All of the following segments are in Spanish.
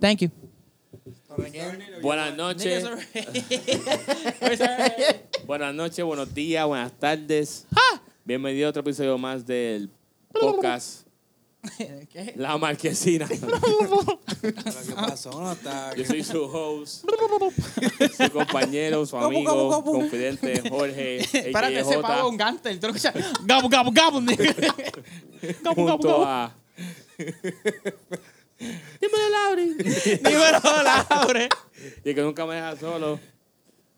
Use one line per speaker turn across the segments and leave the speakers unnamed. Thank you.
Buenas noches. Buenas noches, buenos días, buenas tardes.
¡Ah!
Bienvenido a otro episodio más del podcast
¿Qué?
La Marquesina.
Pero, ¿Qué pasó? No está.
Yo soy su host, su compañero, su amigo, confidente Jorge.
Espérate, ese
AKJ,
pavo un gánster. Tú lo escuchas. Gabu, gabu, gabu. nigga. Gabu, gabu,
Junto
gabu.
a. Dímelo, Lauri.
Dímelo, Laure.
Y el que nunca me deja solo.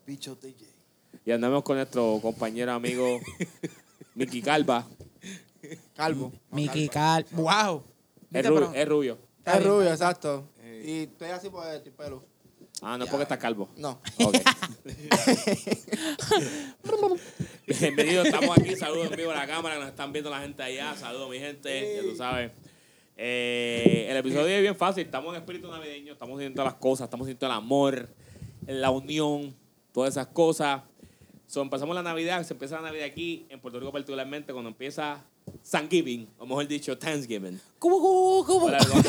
Bicho TJ.
Y andamos con nuestro compañero amigo Mickey Calva.
Calvo.
Mickey Cal. Wow.
Es,
Viste,
ru-
pero-
es rubio.
Está
Es
bien.
rubio, exacto.
Eh.
Y estoy así por el pelo.
Ah, no es porque está calvo.
No.
Ok. Bienvenidos, estamos aquí. Saludos en vivo a la cámara que nos están viendo la gente allá. Saludos, mi gente, ya tú sabes. Eh, el episodio es bien fácil. Estamos en espíritu navideño, estamos sintiendo las cosas, estamos sintiendo el amor, la unión, todas esas cosas. So, empezamos la Navidad, se empieza la Navidad aquí, en Puerto Rico particularmente, cuando empieza Thanksgiving, o mejor dicho, Thanksgiving.
Cubo, cubo, cubo.
Hola, ¿cómo-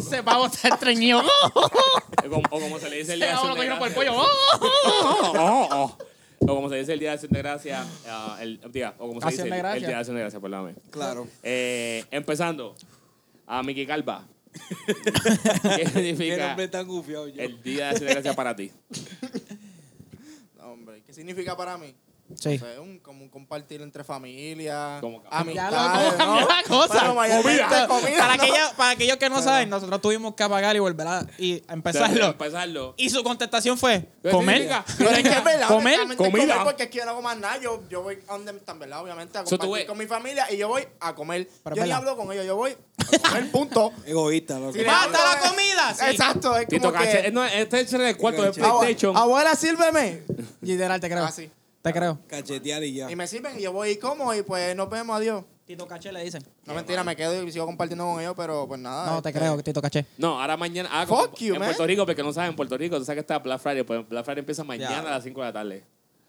Ese pavo está estreñido.
O como, o como se le dice el
Ese
día de
pavo lo
acción de
cogieron por el
gracias.
cuello.
O como se dice el día de acción de gracia. ah, el, diga, o como se
Acción
dice
de
el,
gracia.
el día de acción de gracia, perdóname.
Claro.
Eh, empezando, a Miki Calva. ¿Qué
Qué
significa
nombre tan gufiado yo.
el día de acción de gracia para ti?
No, hombre, ¿qué significa para mí? O
Sí.
sea, es un, como un compartir entre familias,
Como que-
Ya
amistades,
lo-
¿no?
la cosa.
Pero mayormente
Comida.
comida,
Para,
¿no?
aquella- para aquellos que no saben, nosotros tuvimos que apagar y volver a y a empezarlo.
Empezarlo.
Y su contestación fue:
¿Qué
comer.
significa?
Pero es que es verdad,
Comer,
honestamente,
comida.
porque es que yo no hago más nada. Yo, yo voy a donde están, ¿verdad? Obviamente, a
So, tú
compartir
ves-
con mi familia y yo voy a comer.
Pero
yo ni
verdad.
hablo con ellos, yo voy a comer, punto.
Egoísta, loco.
Sí,
¡Basta
Mira,
la comida! Sí.
Exacto, es
Tito
como
Cache- eh,
que...
no, este es el cuarto de
Tito Cache-
PlayStation.
Abuela, abuela, sírveme.
Literal, te creo.
Así.
Te creo.
Cachetear y ya.
Y me sirven y yo voy y como y pues nos vemos, adiós.
Tito Caché le dicen. Ah,
No, mentira, me quedo y sigo compartiendo con ellos, pero pues nada.
No, te
este,
creo, Tito Caché.
No, ahora mañana. ah,
Fuck
como-
you,
en
man.
Puerto Rico, porque no saben, en Puerto Rico, tú sabes que está Black Friday. Pues Black Friday empieza mañana
Ya.
a las 5 de la tarde.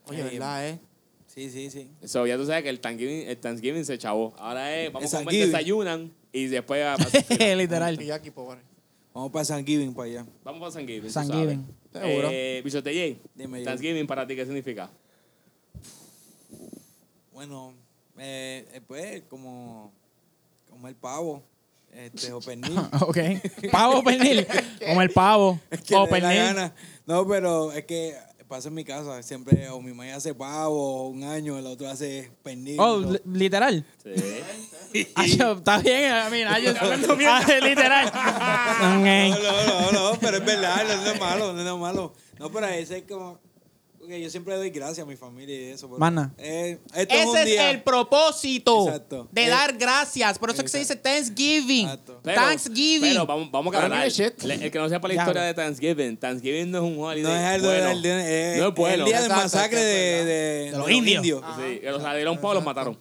Oye, ¿verdad, eh?
Sí, sí, sí.
So, ya tú sabes que el Thanksgiving, el Thanksgiving se chavó. Ahora es, vamos a comer,
El Thanksgiving.
desayunan y después va-
Y
Literal.
yo aquí, pobre.
Vamos para San Giving para allá.
vamos para Thanksgiving. tú
Thanksgiving.
sabes.
Seguro.
Eh, Bicho TJ,
Dime yo.
Thanksgiving para ti, ¿qué significa?
Bueno, eh, eh, pues, como, como el pavo. Este, o pernil.
Ok. Pavo o pernil. Como el pavo.
Es que
O
le dé la
pernil.
gana. No, pero es que pasa en mi casa. Siempre, o mi mamá hace pavo, o un año, el otro hace pernil.
Oh,
lo-
li- literal.
Sí.
Ay, yo- Está bien, a mí, ay, yo- Ah, literal.
No,
Ok.
no, no, no, pero es verdad, no es nada malo, no es nada malo. No, pero ese es como. Porque yo siempre doy gracias a mi familia y eso. pero-
Mana.
Eh, esto es un
Ese es
día.
el propósito
Exacto. Eh,
de dar gracias. Por eso es que se dice Thanksgiving.
Exacto.
Pero-
Thanksgiving.
Pero vamos, vamos a
Pero mira,
ganar.
shit.
Le- El que no sepa la
Ya,
historia
bro.
de Thanksgiving, Thanksgiving no es un holiday.
No es el,
bueno.
el- el- el-
no es bueno.
el día del
Exacto,
masacre
exacto, Ah.
de, de,
los indios.
Sí, que los salieron pavos los mataron.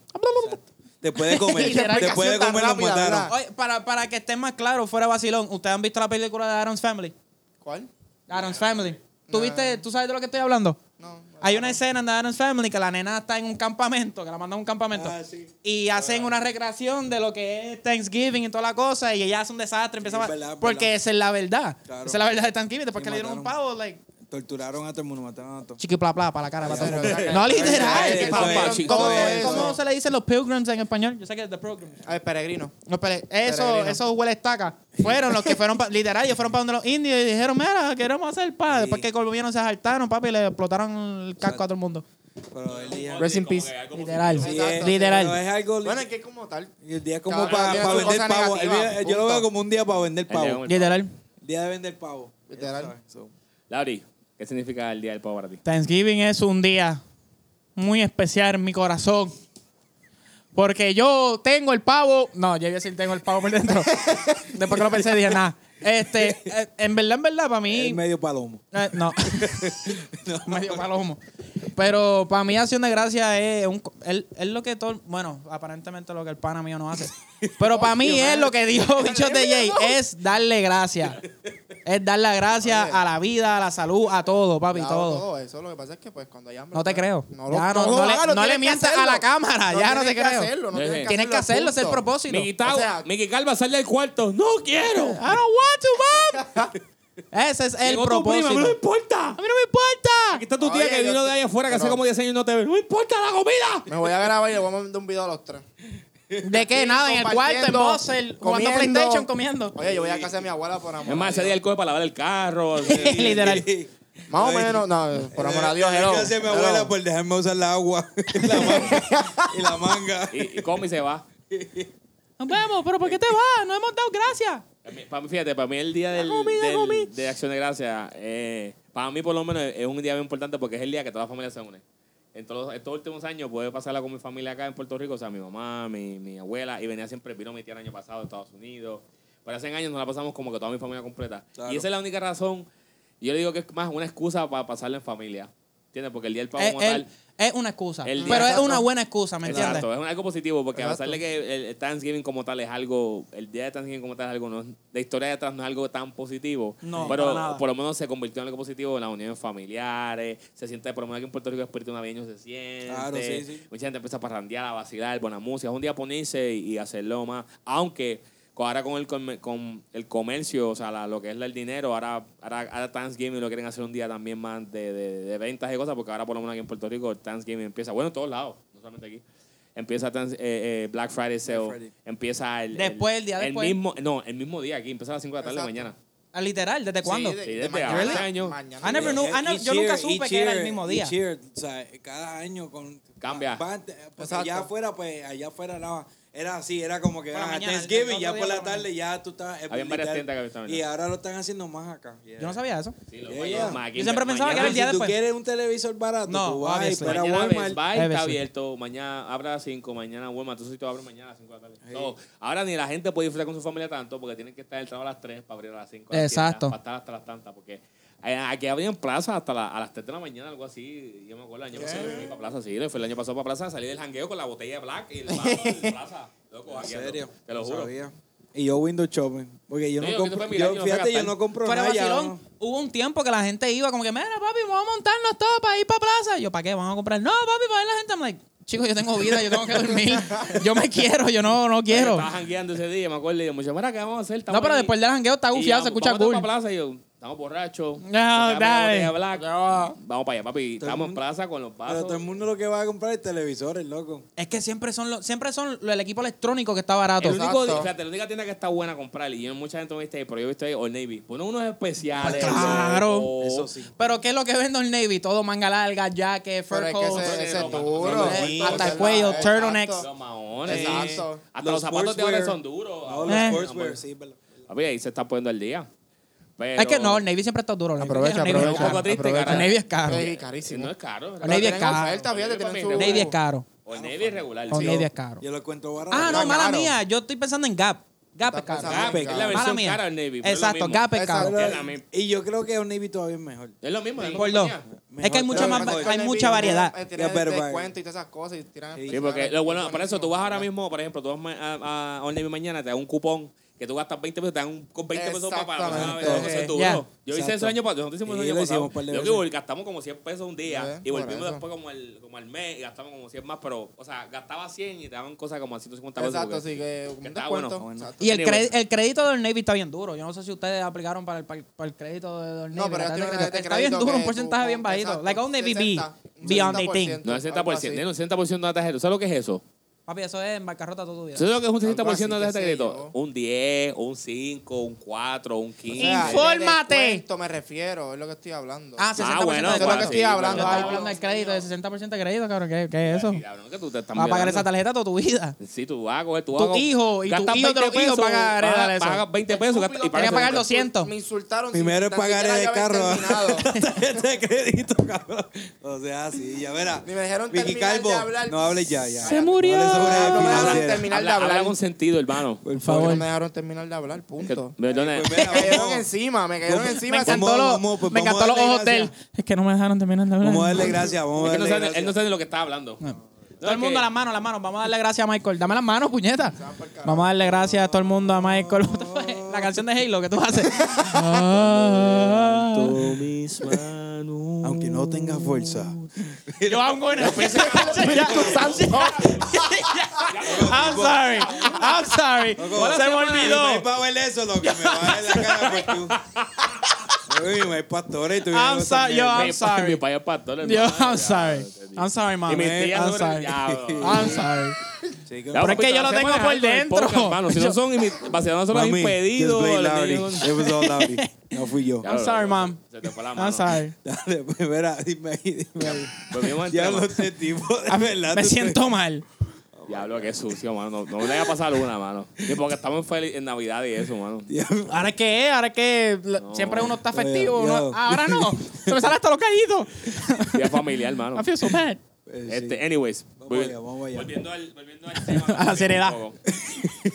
Después de comer,
Literal,
después de
explicación tan
comer los
rápida,
mataron.
¿verdad?
Oye, para, para que estén más claros, fuera vacilón, ¿ustedes han visto la película de Aaron's Family?
¿Cuál?
Aaron's Family. ¿Tú, viste, ¿Tú sabes de lo que estoy hablando?
No. no.
Hay una escena en The Addams Family que la nena está en un campamento, que la mandan a un campamento.
Ah, sí.
Y hacen una recreación de lo que es Thanksgiving y toda la cosa. Y ella hace un desastre. empieza
es
a-
verdad, es
porque
verdad.
esa es la verdad.
Claro.
Esa es la verdad de Thanksgiving. Después
Y
que le dieron un
mataron.
pavo, like,
Torturaron a todo el mundo, mataron a todos.
chiquipla pla para la cara. para todo el mundo.
Pero,
no,
Ay,
literal.
que
Eso
comieron
es,
todo
¿Cómo,
eso.
cómo se le dicen los pilgrims en español? Yo sé que es the program.
A ver, peregrino.
No, pero eso,
Peregrino.
esos huele estaca fueron los que fueron, pa- literal, ellos fueron para donde los indios y dijeron, mira, queremos hacer paz.
Sí.
Después que el gobierno se saltaron, papi, y le explotaron el casco a todo el mundo.
Pero el día.
Rest in
Como que
peace.
algo
Literal,
Sí,
es-
literal.
pero es algo.
Bueno, es que como tal.
el día es como
Cabrón,
para
tiene sus
vender
cosas
pavo. El
negativas,
día- yo lo
punto.
veo como un día para vender
positivo. El día
pavo.
con el pavo.
Literal.
Día de vender pavo.
Literal.
Ya sabes, so.
Lauri, ¿qué significa el día del pavo para ti?
Thanksgiving es un día muy especial en mi corazón. Porque yo tengo el pavo. No, yo iba a decir tengo el pavo por dentro. Después que lo pensé, dije, nada. Este, eh, en verdad, en verdad, para mí.
El medio palomo.
Eh, no. Medio palomo. Pero para mí acción de gracia es, un, co- es, es lo que todo... Bueno, aparentemente lo que el pana mío no hace. Pero para mí es lo que dijo Bicho de Jay, es darle gracias. Es dar las gracias
Oye.
a la vida, a la salud, a todo, papi,
Claro,
todo.
eso lo que pasa es que pues cuando hay hambre
No te
pues,
creo.
no lo-
Ya
no
no-
lo
no le-
hagas,
no le
tienes que
mientas a
hacerlo.
la cámara, ya no
tienes
te
que
creo.
hacerlo, no
Sí, sí.
Tienes que hacerlo, ese es el
punto.
propósito.
Miki Tau-
O sea-
Miki Calva sale del cuarto. ¡No quiero!
I don't want to, mom. Ese es el
Llegó tu
propósito.
prima, no me importa.
A mí no me importa.
Aquí está tu tía
Oye,
que
yo-
vino de ahí afuera que hace
pero-
como 10 años y no te ve. ¡No me importa la comida!
Me voy a grabar y le voy a mandar un video a los tres.
¿De qué? Nada, en el cuarto, en
Compartiendo,
Bosser, jugando
comiendo.
PlayStation, comiendo.
Oye, yo voy a casa de mi abuela por amor.
Es más,
a
ese día
Dios.
el coge para lavar el carro.
Literal.
Más o menos, no, por amor a Dios, hello.
Gracias a mi
hello.
abuela por dejarme usar la agua y la manga. y la manga.
Y, y come y se va.
Nos vemos, pero ¿por qué te vas? No hemos dado gracias.
A mí- Para mí, fíjate, para mí el día del,
Comida,
del-
comida.
de Acción de Gracia, eh, para mí por lo menos es un día bien importante porque es el día que toda la familia se une. En todos estos últimos años pude pasarla con mi familia acá en Puerto Rico, o sea, mi mamá, mi, mi abuela, y venía siempre, vino mi tía el año pasado de Estados Unidos. Pero hace años nos la pasamos como que toda mi familia completa.
Claro.
Y esa es la única razón, yo le digo que es más una excusa para pasarla en familia. ¿Entiendes? Porque el día del pavo
Es,
como tal-
es- es una excusa,
El día
pero es
exacto.
una buena excusa, ¿me entiendes?
Exacto, es un- algo positivo porque
Exacto.
a pesar de que el- el Thanksgiving como tal es algo, el día de Thanksgiving como tal es algo, no, es- la historia de atrás no es algo tan positivo,
No,
pero
para nada.
por lo menos se convirtió en algo positivo, la unión de familiares, se siente, por lo menos aquí en Puerto Rico el espíritu navideño se siente,
Claro, sí, sí.
mucha gente empieza a parrandear, a vacilar, buena música, es un día ponerse y, y hacerlo más, aunque co- ahora con el, com- con el comercio, o sea, la- lo que es el dinero, ahora, ahora, ahora Thanksgiving lo quieren hacer un día también más de, de- de ventas y cosas, porque ahora por lo menos aquí en Puerto Rico el Thanksgiving empieza, bueno, en todos lados, no solamente aquí. Empieza Thanks- eh, eh, Black Friday Sale.
Friday.
Empieza el.
Después, el día después.
Mismo, no, el mismo día aquí. Empieza a las 5 de la tarde
Exacto.
mañana.
Ah, Literal, ¿desde cuándo?
Sí, de-
Sí,
de
desde
mañana,
hace años.
mañana.
I never knew. Ah, no,
Each
yo nunca
year,
supe
each
que era el
year,
mismo día.
each year, o sea, cada año con,
Cambia.
va- porque
Exacto.
allá afuera, pues allá afuera era, era así, era como que
Por la
ah,
mañana, el- el
Thanksgiving,
otro día
ya por
por
la
la mañana.
tarde ya tú estás.
Había varias tiendas que estaban
Y
ya.
ahora lo están haciendo más acá. yeah.
Yo no sabía eso.
Sí, lo-
Yeah,
oye,
yeah.
ma- aquí
Yo siempre
ma-
pensaba que era el día
mañana-
si tú
después.
quieres un televisor barato,
No,
tú vas y
obviously.
fuera a
Mañana Best
Walmart.
Buy está
Obviously.
abierto. Mañana abre a las 5. Mañana Walmart. Entonces, tú abres mañana a las 5 de la tarde. So, ahora ni la gente puede disfrutar con su familia tanto porque tienen que estar en el trabajo a las 3 para abrir a las 5.
Exacto.
Para estar hasta las tantas. Porque eh, aquí abrían plazas hasta la- a las 3 de la mañana, algo así. Yo me acuerdo el año pasado. Yo fui para plaza, sí. Fue el año pasado para plaza. Salí del jangueo con la botella de black y el vaso de plaza. Loco,
En
jangueando.
serio.
Te lo
no
juro.
sabía. Y yo window shopping. Porque yo
No,
no,
yo que tú
compro.
puedes mirar,
yo-
yo no sé
fíjate, yo
gastar.
no compro
Pero
nada. ya, ¿no?
vacilón, hubo un tiempo que la gente iba como que, mira, papi, vamos a montarnos todos para ir para plaza. Yo, ¿para qué? Vamos a comprar. No, papi, para ver la gente. I'm like, chicos, yo tengo vida, yo tengo que dormir. Yo me quiero, yo no, no
Yo
quiero.
Estaba jangueando ese día, me acuerdo. Y yo, mucho, mira, ¿qué vamos a hacer? Estamos
No, pero
ahí".
después del jangueo está
Y
gufiado,
ya,
se escucha
vamos todos
cool.
pa' plaza y yo, estamos borrachos. No,
dale.
Vamos para allá, papi.
Todo el
Estamos en
mundo-
plaza con los
Pero
vasos.
todo el mundo lo que va a comprar es televisores, loco.
Es que siempre son, los, siempre son lo- el equipo electrónico que está barato.
El único,
Exacto.
fíjate, la única tienda que está buena a comprar, y yo mucha gente me viste ahí, pero yo he visto ahí Old Navy. Pone unos especiales.
Pues claro.
loco.
Eso sí.
Pero ¿qué es lo que vende el Navy? Todo manga larga, jacket,
Pero
fur
es que
coat.
ese, ese es
Los
duro.
maones,
Porque
hasta el
la-
cuello,
exacto.
turtlenecks.
Los maones.
Exacto.
Hasta los, zapatos de ahora
sportswear-
son duros.
No, los
Ahora,
Eh.
sportswear, sí, verdad.
Papi, ahí se está poniendo el día. Pero-
Es que no, el Navy siempre está duro. el Navy-
Aprovecha,
el Navy es
aprovecha.
caro.
Un poco triste,
aprovecha.
El Navy es caro.
Sí,
Sí,
carísimo.
No es caro.
El Navy es
Tienen
caro.
oferta, fíjate, tienen su-
El Navy es caro.
Old Navy es regular.
El
sí.
Navy es caro.
Yo lo encuentro barato.
Ah,
Está
no, mala
caro.
mía. Yo estoy pensando en Gap. Gap es caro.
Está pensando-
Gap, es la
Mala
versión
mía.
cara del Navy. pero es lo
Exacto,
mismo.
Gap es caro.
Exacto.
Es la misma.
Y yo creo que un Navy todavía es mejor.
Es lo mismo. es la
Por
misma
dos.
compañía.
Es que hay mucha, más,
Pero
hay
tienen
mucha
bien-
variedad.
eh, Tienen
Ya, pero vale.
descuento y todas esas cosas. y tiran
Sí,
Sí, porque
especiales.
lo bueno, por eso tú vas ahora mismo, por ejemplo, tú vas ma- a, a Old Navy mañana, te dan un cupón que tú gastas 20 pesos, te dan un, con 20 pesos para pagar.
Exactamente.
Eso es duro.
Ya.
Yo hice
Eh, Exacto.
eso el año pasado, nosotros hicimos eso
Y
el año
lo
pasado.
hicimos par
Yo
de
que
veces.
vol- gastamos como 100 pesos un día
Sí,
y
Eh, por
volvimos
eso.
después como al, como al mes y gastamos como 100 más, pero, o sea, gastaba 100 y te daban cosas como a 150 pesos.
Exacto,
porque-
sí, que un
está bueno,
descuento.
bueno.
Exacto.
Y el,
Anyway.
cre- el crédito del Navy está bien duro. Yo no sé si ustedes aplicaron para el, para el- para el crédito de- del Navy.
No, pero
la
ellos tienen
tarjeta
una
de
tarjeta de
crédito. Está bien
crédito
duro, un
que
porcentaje
tú-
bien bajito.
exacto,
Like on the BB,
60, un
beyond the thing.
60%.
No, el 60%, nene, un 60% de tarjeta. ¿Tú ¿Sabes lo que es eso?
Papi, eso es en bancarrota toda tu vida. Ah,
¿Tú ¿Sabes lo que es un 60% de
así, qué
tarjeta de
sé
crédito?
yo.
Un 10, un 5, un 4, un 15.
O sea, de
¡Infórmate!
descuento me refiero, es lo que estoy hablando.
Ah, 60%
Ah, bueno,
de
eso es lo que
crédito.
estoy hablando.
Yo
Ay,
estaba hablando del
Dios
crédito, de
mío.
60% de crédito, cabrón. ¿Qué, qué es eso?
Sí, cabrón, que tú te estás
Vas a pagar
violando.
esa tarjeta toda tu vida.
Sí, tú vas a coger, tú
Tu
vas a-
hijo y tu
gastas
hijo de los
20
hijos paga
pesos, paga-
heredar eso.
paga 20 pesos gasta- y
Tiene que
paga
pagar
eso.
200.
Me insultaron. sin-
Primero
ni
es pagar
siquiera
el
yo haber
carro.
terminado.
Tarjeta de crédito, cabrón. O sea, sí, ya verás.
Ni me dejaron
Vicky
terminar de
Calvo,
hablar.
no hables ya, ya.
Se murió.
No hables
Ah, no me
sobre
dejaron
financiera.
terminar de
Habla, habla
hablar.
con sentido, hermano.
Pues,
Por
No
favor.
me dejaron terminar de hablar,
Que-
punto.
perdona,
Pues
Me
mira,
cayeron
vamos-
encima, me cayeron
Me
encima.
Me encantó,
Vamos,
los-
vamos, pues,
me
vamos
encantó
a
los
darle
ojos de él.
gracias.
Es que no me dejaron terminar de hablar. pues,
Vamos a darle gracias,
es
vamos a
que no
darle
sabe- él no
gracias.
sabe de lo que está hablando.
No. Todo el
Ok.
mundo las manos, las manos. Vamos a darle gracias a Michael. Dame las manos, puñeta.
van pa'l carajo.
Vamos a darle gracias a todo el mundo, a Michael. La canción de Halo que tú haces. Ah.
mis manos.
Aunque no tenga fuerza.
Yo hago un buen I'm sorry. I'm sorry. Se me
Mi
olvidó.
para ver eso, lo que me va a dar la cara pues tú. Yo mi maíz pastora y tú
I'm
vienes
sorry, yo, I'm
Mi-
sorry.
Mi papá es pastor,
Yo,
hermano, ya,
I'm sorry.
entendí.
I'm sorry, mami.
Y mis tías
I'm
son-
sorry.
ya, bro.
I'm sorry.
Sí, que-
Ya,
Pero es
papito,
Ah, que yo lo
hacemos
tengo por
algo del
dentro.
podcast, hermano. Si no
Yo-
son imi- vaciados, no son los
Mami,
impedidos.
just play
les
Lowry.
digo-
It was all Lowry. No fui yo.
Ya,
I'm
bro,
sorry,
bro.
mom.
Se te fue la mano.
I'm sorry.
Dale, pues mira, dime ahí, dime ahí.
Volvimos al
Ya
tema.
lo este tipo, de verdad.
Me
tú-
siento mal.
Diablo, qué sucio, mano. No, no le vaya a pasar una, mano. Sí, porque estamos en, fel- en Navidad y eso, mano.
Diablo.
¿Ahora qué? ¿Ahora qué? La-
No.
Siempre uno está
Oye,
festivo.
yo-
uno- Ahora no. Se me sale hasta los callitos.
Día familiar, mano.
I feel so bad.
Eh, sí.
Este, anyways.
Vamos allá, vamos allá.
Volviendo al, volviendo al tema.
A la seriedad.
un poco.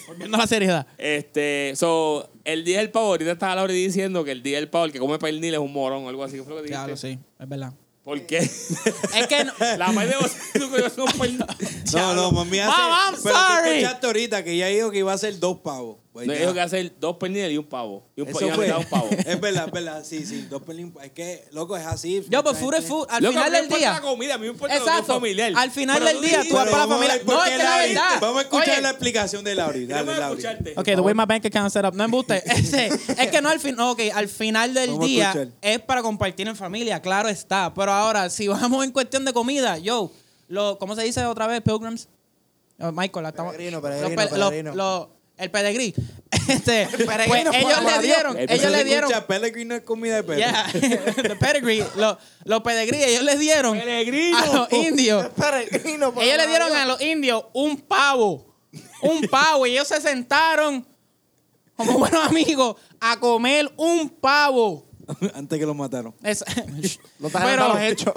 Volviendo a la seriedad.
Este, so, el día del pavo, ahorita estaba Laura diciendo que el día del pavo, el que come pernil es un morón o algo así. ¿Qué fue lo que dijiste?
Diablo, sí. Es verdad.
¿Por qué?
Es que no-
la madre de vos, tú comes un pernil.
No, no, mami hace.
Mom, I'm
pero tú
sorry.
escuchaste ahorita que ella dijo que iba a ser dos pavos. Pues
No,
ya.
dijo que hacer dos perniles y un pavo. Y un, pa-
Eso
y una
fue.
mitad de un pavo.
Es verdad, es verdad. Sí, sí, dos pelín. Es que, loco, es así.
Yo, pues
mucha
food es
gente-
food. Al
Loco, a mí
final
me
del
importa
día.
la comida, a mí me importa lo que es
Exacto.
familiar.
Al final
Pero
del
tú
día, tú
dijiste-
vas para la
vamos a
familia.
ver por
No,
qué
es que la
Lauri-
verdad.
Vamos a escuchar
Oye,
la explicación de Lauri. Dale,
Déjame
Lauri.
escucharte.
Ok, the way my bank account set up. No embuste. Ese, es que no al fin, ok, al final del
Vamos a
día
escuchar.
es para compartir en familia, claro está. Pero ahora, si vamos en cuestión de comida, yo, lo, ¿cómo se dice otra vez? Pilgrims. Oh, Michael, la estamos.
Peregrino,
los
peregrino,
pe- los-
peregrino.
los- el peregrí. Este, pues
peregrino,
ellos
por
le
Dios.
dieron,
El
ellos le
peregrino
dieron.
Escucha, Pellegrini es comida de perro.
Yeah, the pedigree, lo- los peregrí, ellos les dieron
Peregrino.
a los indios.
Peregrino, por
Ellos le
favor.
dieron a los indios un pavo. Un pavo. Y ellos se sentaron como buenos amigos a comer un pavo.
Antes que lo mataron.
Es-
Lo trajeron a
Pero
los hechos.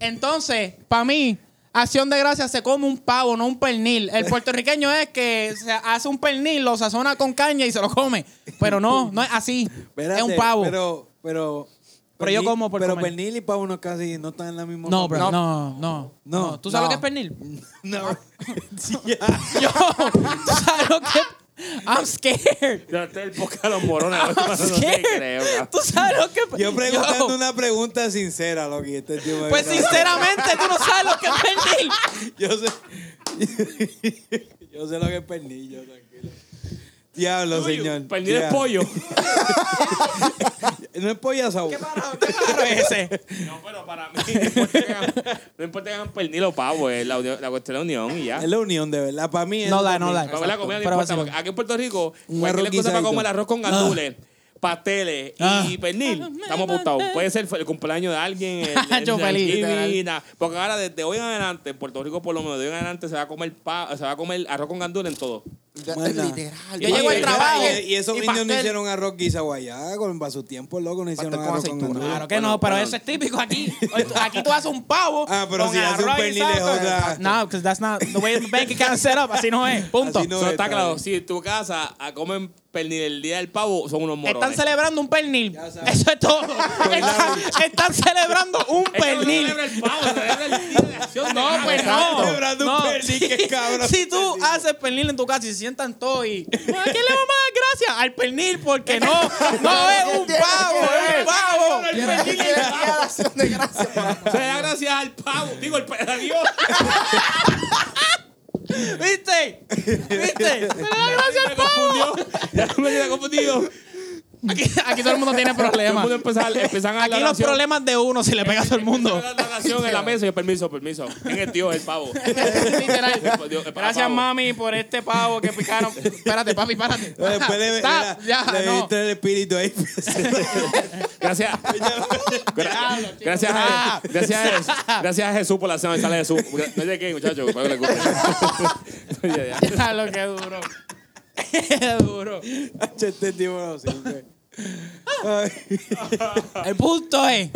entonces, para mí, acción de gracia se come un pavo, no un pernil. El puertorriqueño es que se hace un pernil, lo sazona con caña y se lo come. Pero no, no es así.
Espérate,
es un pavo.
Pero, pero.
Pero yo
pernil-
como por
Pero
comer.
pernil y pavo no casi no están en la misma.
no,
familia.
bro, no, no, no,
No,
¿Tú sabes
no.
lo que es pernil?
No. Sí, ya.
Yo, ¿tú sabes lo que es? I'm scared.
Yo estoy el podcast de los morones.
I'm
hermano, no te
scared.
creo, cabrón.
Pues, Tú sabes lo que.
Yo preguntando
Yo-
una pregunta sincera, lo que este tío me
Pues
viene a-
sinceramente, tú no sabes lo que es pernil.
Yo sé. yo sé lo que es pernil, yo tranquilo. Diablo,
Tuyo,
señor.
Pernil es
Ya.
pollo.
No es pollo asado.
No, pero para mí, no importa que hagan, no importa que hagan pernil o pavo, es la, unión- la cuestión de la unión y ya.
Es la unión, de verdad. Para mí es.
No da, no da.
Para la comida no
Pero
importa,
vacilo.
porque aquí en Puerto Rico,
Un
cualquier
arroz
cosa para
guisadito.
comer arroz con gandules, pasteles y pernil, estamos apuntados. Puede ser el cumpleaños de alguien, el, el-
Yo
el
feliz.
Thanksgiving, nada. porque ahora desde hoy en adelante, en Puerto Rico por lo menos de hoy en adelante se va a comer pa- se va a comer arroz con gandules en todo.
Manda.
Literal.
Yo llego al
Y-
trabajo
Y, y esos
y
niños no
pastel.
hicieron arroz guisado allá, con, para su tiempo, loco, no hicieron
Pastel con
arroz con
aceituna.
gandules.
Claro que
Bueno,
no, pero
bueno.
eso es típico aquí. Aquí tú haces un pavo.
Ah, pero
con
si hace un
arroz
pernil
guisado.
es otra-
No, because that's not the way the bank can set up. Así no es. Punto.
Así no
So,
es,
está
está
claro,
bien.
si en tu casa ah, comen pernil el día del pavo, son unos morones.
Están celebrando un pernil.
Ya sabes.
Eso es todo. Están, están celebrando un
Es que no
pernil.
celebra el pavo, celebra el día de acción de
No,
gracias.
pues no.
celebrando un
no.
pernil, qué cabrón.
Si tú haces pernil en tu casa y se sientan todos y. ¿A quién le vamos a dar gracias? Al pernil, porque no. No es un pavo, es un pavo.
El
Tiene que
pernil
ser aquí a la acción de gracia. para-
Se le da gracias al pavo, digo, el, pe- a Dios.
¿Viste? ¿Viste? Se le da gracias
Me
al pavo.
confundió. Ya me quedé confundido.
Aquí, aquí todo el mundo tiene
Todo el
problemas.
mundo empezaba- empezaban a
Aquí
la
los
oración.
problemas de uno se le pega a todo el mundo.
La relación en la mesa y yo, permiso, permiso. En el tío, el pavo.
Literal.
Por Dios, es para
Gracias,
pavo.
mami, por este pavo que picaron. Espérate, papi, párate.
Pero Después le,
Stop,
le-
ya,
le
no.
viste el espíritu ahí.
Gracias. Gra- Gracias a, gracias, a Jesús, gracias a Jesús por la cena. Sale Jesús. No llegué, muchachos. para que le guste. Oye, ya.
Ya, lo que duro. Qué duro.
este tipo no sirve. Ay.
El punto es,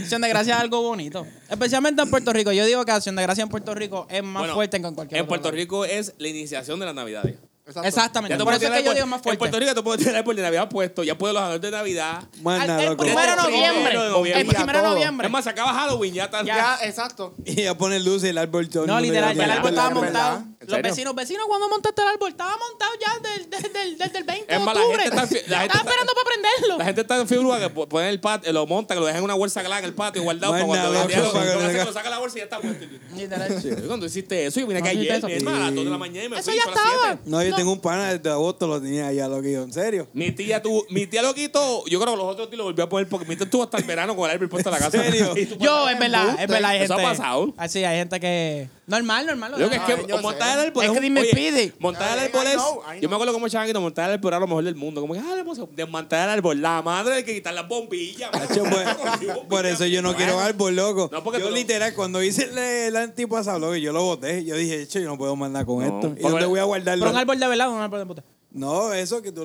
Acción de Gracia es algo bonito. Especialmente en Puerto Rico. Yo digo que Acción de Gracia en Puerto Rico es más
Bueno,
fuerte que en cualquier
En
otro
Puerto
lado.
Rico es la iniciación de las Navidades.
Exacto.
Exactamente.
te
Por
puedes
eso es
tirar
que yo
el-
digo más
En Puerto
fuerte.
Rico te puedes tirar el árbol de Navidad puesto, ya puedes los adornos de Navidad.
Más
Al-
nada,
el
loco.
primero de
Desde el
noviembre.
primero de noviembre.
El primero de
Todo.
noviembre.
Es más, se acaba Halloween, ya está.
Ya.
Ya, exacto.
Y ya pone luz y el árbol todo.
No, literal, ya el
¿verdad?
árbol estaba
¿verdad?
montado.
¿En
Los
serio?
vecinos, vecinos, cuando montaste el árbol? Estaba montado ya del- del- del- desde el 20 de
Es más, la
octubre.
gente está- la gente
Estaba
está-
esperando para prenderlo.
La gente está en fibra que po- ponen el patio, lo monta, que lo dejan en una bolsa clara en el patio guardado
No
para
hay
cuando
nada,
lo,
loco, para que
lo que hace
lo
es que
haga.
lo saca la bolsa y ya está puesto.
Literal.
Yo cuando hiciste eso, yo vine acá
No,
ayer,
eso-
mi hermana, a las 2 de la mañana y me
Eso
fui
ya
fue a las
estaba.
7.
No, yo
No.
tengo un pana desde agosto, lo tenía allá, lo que yo, en serio.
Mi tía, tuvo- mi tía lo quitó. Yo creo que los otros tíos lo volvió a poner porque mi tía estuvo hasta el verano con el árbol puesto en la casa.
¿En serio?
Y tú-
Yo, es verdad,
embuste.
es verdad. Hay
Eso ha
gente,
pasado.
Así, hay gente que. Normal, normal.
Yo que es
normal.
que
Ay, yo
o montar
sé.
el árbol.
Es que
un-
dime,
oye,
pide.
Montar el
Ay,
árbol
I
es.
know, I
Yo me
know.
acuerdo como chavanquito montar el árbol era lo mejor del mundo. Como que, ah, vamos a desmontar el árbol. La madre hay que quitar las bombillas. man.
Che, pues, por eso yo no quiero árbol, loco.
No, porque tú
yo
lo-
literal, cuando hice el, el antipasado, loco, yo lo boté. Yo dije, hecho, yo no puedo mandar con
No,
esto. ¿Y
porque-
dónde voy a guardarlo?
Pero un árbol de velado, un árbol de puta.
Pues,
No, eso que tú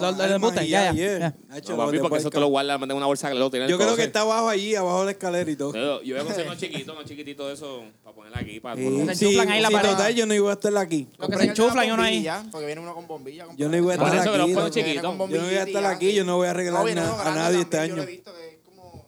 Lo- lo
armas
embutas,
y
ya, ya, ya.
Hacho,
No,
lo
papi,
boté
porque
por
eso
el
te lo guardas, mantén una bolsa que lo tiene en el
Yo creo que
closet.
está abajo allí, abajo de la escalera y todo.
Yo, yo voy a conseguir unos chiquitos, unos chiquititos de esos para poner aquí. Para
Sí,
Se
sí,
enchuflan ahí la
sí,
pared.
total, yo no iba a estar aquí.
Lo que
Compren
se
el de la
enchufla y uno ahí.
bombilla, Porque viene uno con bombilla.
Yo no iba a
con-
Por
estar
eso que los
aquí.
ponen
loco.
chiquitos.
Viene con
Yo
Yo no voy a estar
bombillita,
aquí, yo no voy a regalar
No, viene uno
na- a
grande
nadie este
también, yo
año.
lo he visto que es como-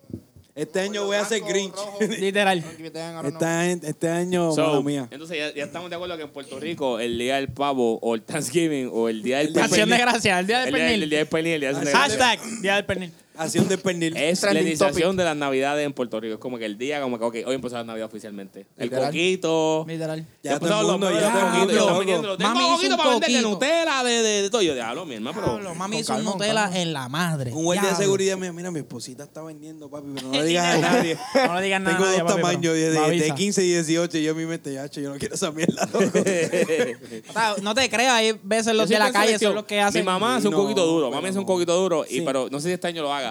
Este
como
año voy a ser
blanco,
Grinch.
rojo.
Literal.
Aunque tengan ahora no.
Esta- este año,
So,
mala mía.
Entonces ya, ya estamos de acuerdo que en Puerto Rico el día del pavo o el Thanksgiving o el día del
Acción de
pernil-
gracias, el día del
pues, el día- el
pernil.
día del pernil, el día del
Hashtag, día del pernil.
Así un despernil.
Es la
Trending
iniciación
topic.
de las navidades en Puerto Rico. Es como que el día, como que ok, hoy empezó la navidad oficialmente. El
Literal.
coquito.
Literal.
Ya todo
empezaron
el
los
mundo,
memes
ya
de
todo el
coquito,
mundo,
ya
loco.
están vendiendo- Tengo
Mami, hizo
coquito
un
para vender de
coquito.
Nutella, de, de, de todo. Yo, diablo, mi hermano, pero...
Pablo, mami
con
hizo un
calma, con
Nutella
calma.
en la madre.
Un guardia de
Diablo.
seguridad mía, mira, mi esposita está vendiendo, papi, pero no le digas a nadie.
No le digas nada a
Tengo
nadie,
dos
papi, pero
tamaños, de,
me
de- de
avisa.
15 y 18, y yo mi mente, ya, che, yo no quiero esa mierda, loco.
O sea, no te creas, hay veces
Yo
los de
siempre
la calle
selecciono.
son los que hacen.
Mi mamá hace un
No,
coquito duro.
pero
Mami hace un
no.
coquito duro. Y,
Sí.
pero no sé si este año lo haga.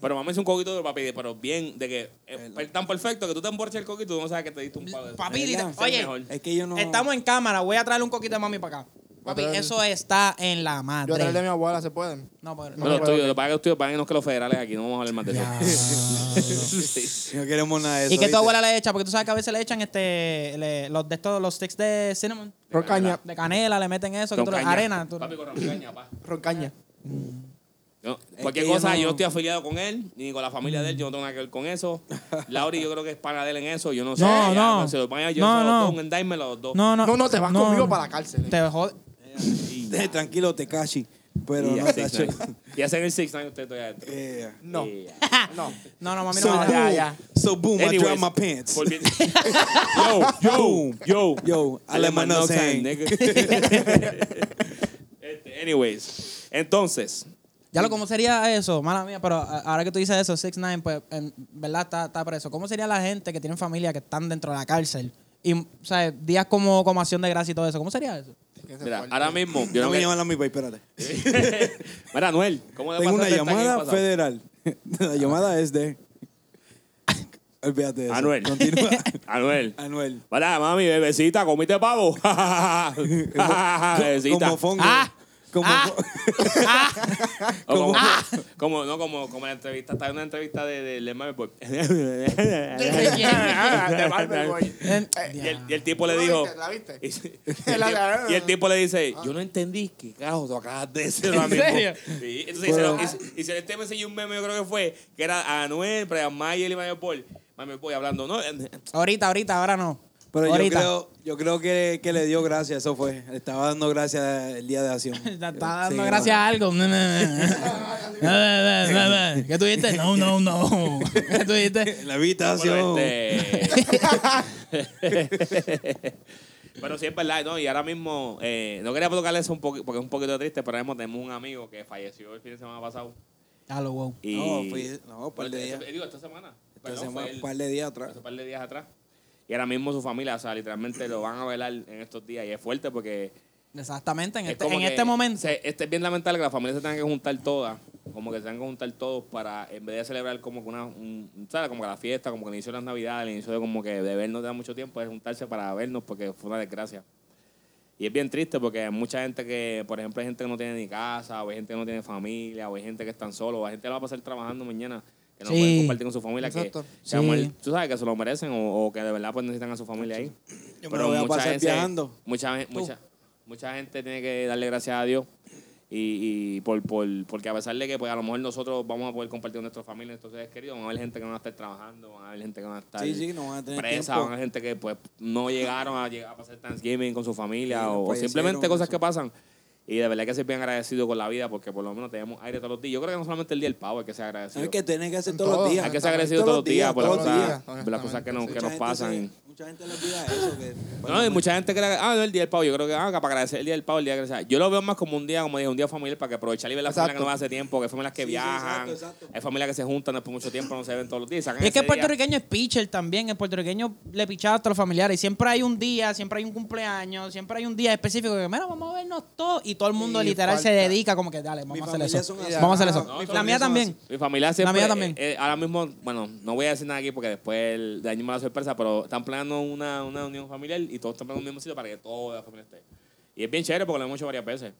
Pero mami hace un coquito duro, papi. Pero bien, de que eh, tan perfecto que tú te emborchas el coquito y tú no sabes que te diste un pavo. de-
Papi,
¿Verdad?
literal- oye,
mejor.
es que yo no...
estamos en cámara, voy a traerle un coquito de mami para acá. Papi,
traerle-
eso está en la
Yo traeré de
madre.
mi abuela, ¿se pueden?
No, pero
No,
no.
los tuyos, lo pagan los tuyos, páganos que los federales aquí, no vamos a hablar más de eso.
No queremos nada de eso.
Y que tu
¿viste?
abuela le echa, porque tú sabes que a veces le echan este, le- los de estos, los sticks de cinnamon,
Roncaña.
de canela, le meten eso, que
Con
tú le-
caña.
arena. tú-
Papi, con ron caña, pa.
Roncaña.
No,
Es
cualquier
que yo
cosa, yo,
no-
estoy afiliado con él, ni con la familia de él, yo no tengo nada que ver con eso. Lauri, yo creo que es pana de él en eso, yo no sé.
No,
ya,
no.
Se los van a yo
No,
se los
no.
doy, un endime a los dos.
No, no.
No, no, te vas conmigo para la cárcel. eh.
Te jode.
Eh, Tranquilo, te cachi. Pero
Y
no,
hacen el
tacho.
6ix9ine. Y hacen el 6 9 ustedes todavía este. adentro.
Yeah.
No,
Yeah.
Ah.
no.
No, no, mami,
So
no.
boom,
vaya, vaya.
so boom, I
Anyways,
dropped my pants.
volvi- yo, yo, yo,
Yo, Alemán no saying.
Este, anyways, entonces,
Ya lo, ¿cómo sería eso? Mala mía, pero a- ahora que tú dices eso, 6 9 pues, en verdad está, está preso. ¿Cómo sería la gente que tiene familia que están dentro de la cárcel? Y, o sea, días como, como acción de gracia y todo eso. ¿Cómo sería eso?
mira, ahora mismo, yo
Yo
no
voy a
me-
llamar a mi país, espérate.
Mira, Anuel, ¿cómo le
Tengo una
pasaste el
llamada
tanque pasado?
federal. La llamada es de... Olvídate de eso.
Anuel.
Continúa.
Anuel.
Anuel.
Mira, mami, bebecita, comiste pavo. bebecita.
Como fongo.
Ah.
Como
Ah.
fo-
O como,
como-
como- no, como, como la entrevista, está en una entrevista de, de, de Mami Boy.
De Marvel Boy.
Eh,
Y el, y el tipo le
¿La
dijo.
viste? ¿La viste?
Y, se- y el
La-
tipo- y el tipo le dice: Yo no entendí qué carajo tú acabas de decir ahora
¿En
mismo".
serio?
Sí, entonces hicieron, hic- hicieron este mensaje y un meme, yo creo que fue, que era a Anuel, Brian Mayer y Mami Boy. Mami Boy hablando, ¿no? Este,
Ahorita, ahorita, ahora no.
Pero yo
ahorita.
creo, yo creo que, que le dio gracias, eso fue. Le estaba dando gracias el día de acción.
Está está dando
Sí,
gracias a algo. No, no, no, no. ¿Qué tú dijiste? No, no, no. ¿Qué tú dijiste?
En la habitación.
Bueno, este- Pero sí es verdad, ¿no? Y ahora mismo, eh, no quería tocarle eso un poco, porque es un poquito triste, pero ahora mismo tenemos un amigo que falleció el fin de semana pasado.
Ya lo wow.
Y
No, fue- no, un par de
Este-
días.
digo, esta semana.
Esta
Perdón,
semana,
fue
un
el-
par de días atrás.
hace un par de días atrás. Y ahora mismo su familia, o sea, literalmente lo van a velar en estos días. Y es fuerte porque.
Exactamente. En,
es
este,
como
en
que
este momento.
se- este es bien lamentable que las familias se tengan que juntar todas. Como que se tengan que juntar todos para, en vez de celebrar como que una. un- ¿Sabes? Como que la fiesta, como que el inicio de las Navidades, el inicio de como que de vernos da mucho tiempo, es juntarse para vernos porque fue una desgracia. Y es bien triste porque hay mucha gente que, por ejemplo, hay gente que no tiene ni casa, o hay gente que no tiene familia, o hay gente que están solos, o hay gente que la va a pasar trabajando mañana, que no
Sí.
pueden compartir con su familia, que,
Exacto.
que a lo mejor,
Sí.
tú sabes que se lo merecen o, o que de verdad pues necesitan a su familia ahí.
Yo me la voy a pasar viajando.
Mucha, mucha, Mucha gente tiene que darle gracias a Dios. Y, y por, por, porque a pesar de que pues a lo mejor nosotros vamos a poder compartir con nuestra familia, nuestros seres queridos, van a haber gente que no va a estar trabajando, van a haber gente que no va a estar
Sí, sí, no van a tener
presa,
tiempo.
van a haber gente que pues no llegaron a, llegar a pasar Thanksgiving con su familia
Sí,
o, o
fallecieron,
simplemente cosas
eso.
que pasan. Y de verdad que soy bien agradecido con la vida porque por lo menos tenemos aire todos los días. Yo creo que no solamente el día del pavo hay que ser agradecido.
Hay que tener que hacer
En
todos
todo.
los días.
Hay que ser agradecido todos los días por las
todos los
cosas,
días,
por las cosas que nos, que
honestamente,
nos pasan.
Gente se- mucha gente le olvida eso. Que,
No, y mucha gente cree que, ah, no, el día del pavo. Yo creo que, ah, para agradecer el día del pavo, el día de gracias. Yo lo veo más como un día, como dije, un día familiar para que aprovechar y ver las
Exacto.
familias que no va hace tiempo, que hay familias que
Sí, sí,
viajan,
exacto, exacto.
hay familias que se juntan después de mucho tiempo, no se ven todos los días. y sacan
Y es que el
ese día.
puertorriqueño es pitcher también. El puertorriqueño le pichaba hasta los familiares. Y siempre hay un día, siempre hay un cumpleaños, siempre hay un día específico que, mira, vamos a vernos todos. Y todo el mundo
Y
literal se
falta.
dedica como que, dale,
Mi
vamos a hacer
familia
eso.
son así.
Vamos a hacer eso.
No,
la
mi familia
mía
son
también.
Ah, Mi familia siempre.
mía también.
eh, eh, ahora mismo, bueno, no voy a decir nada aquí porque después el- de año me da sorpresa, pero están planeando una, una unión familiar y todos están planeando un mismo sitio para que toda la familia esté. Y es bien chévere porque lo hemos hecho varias veces.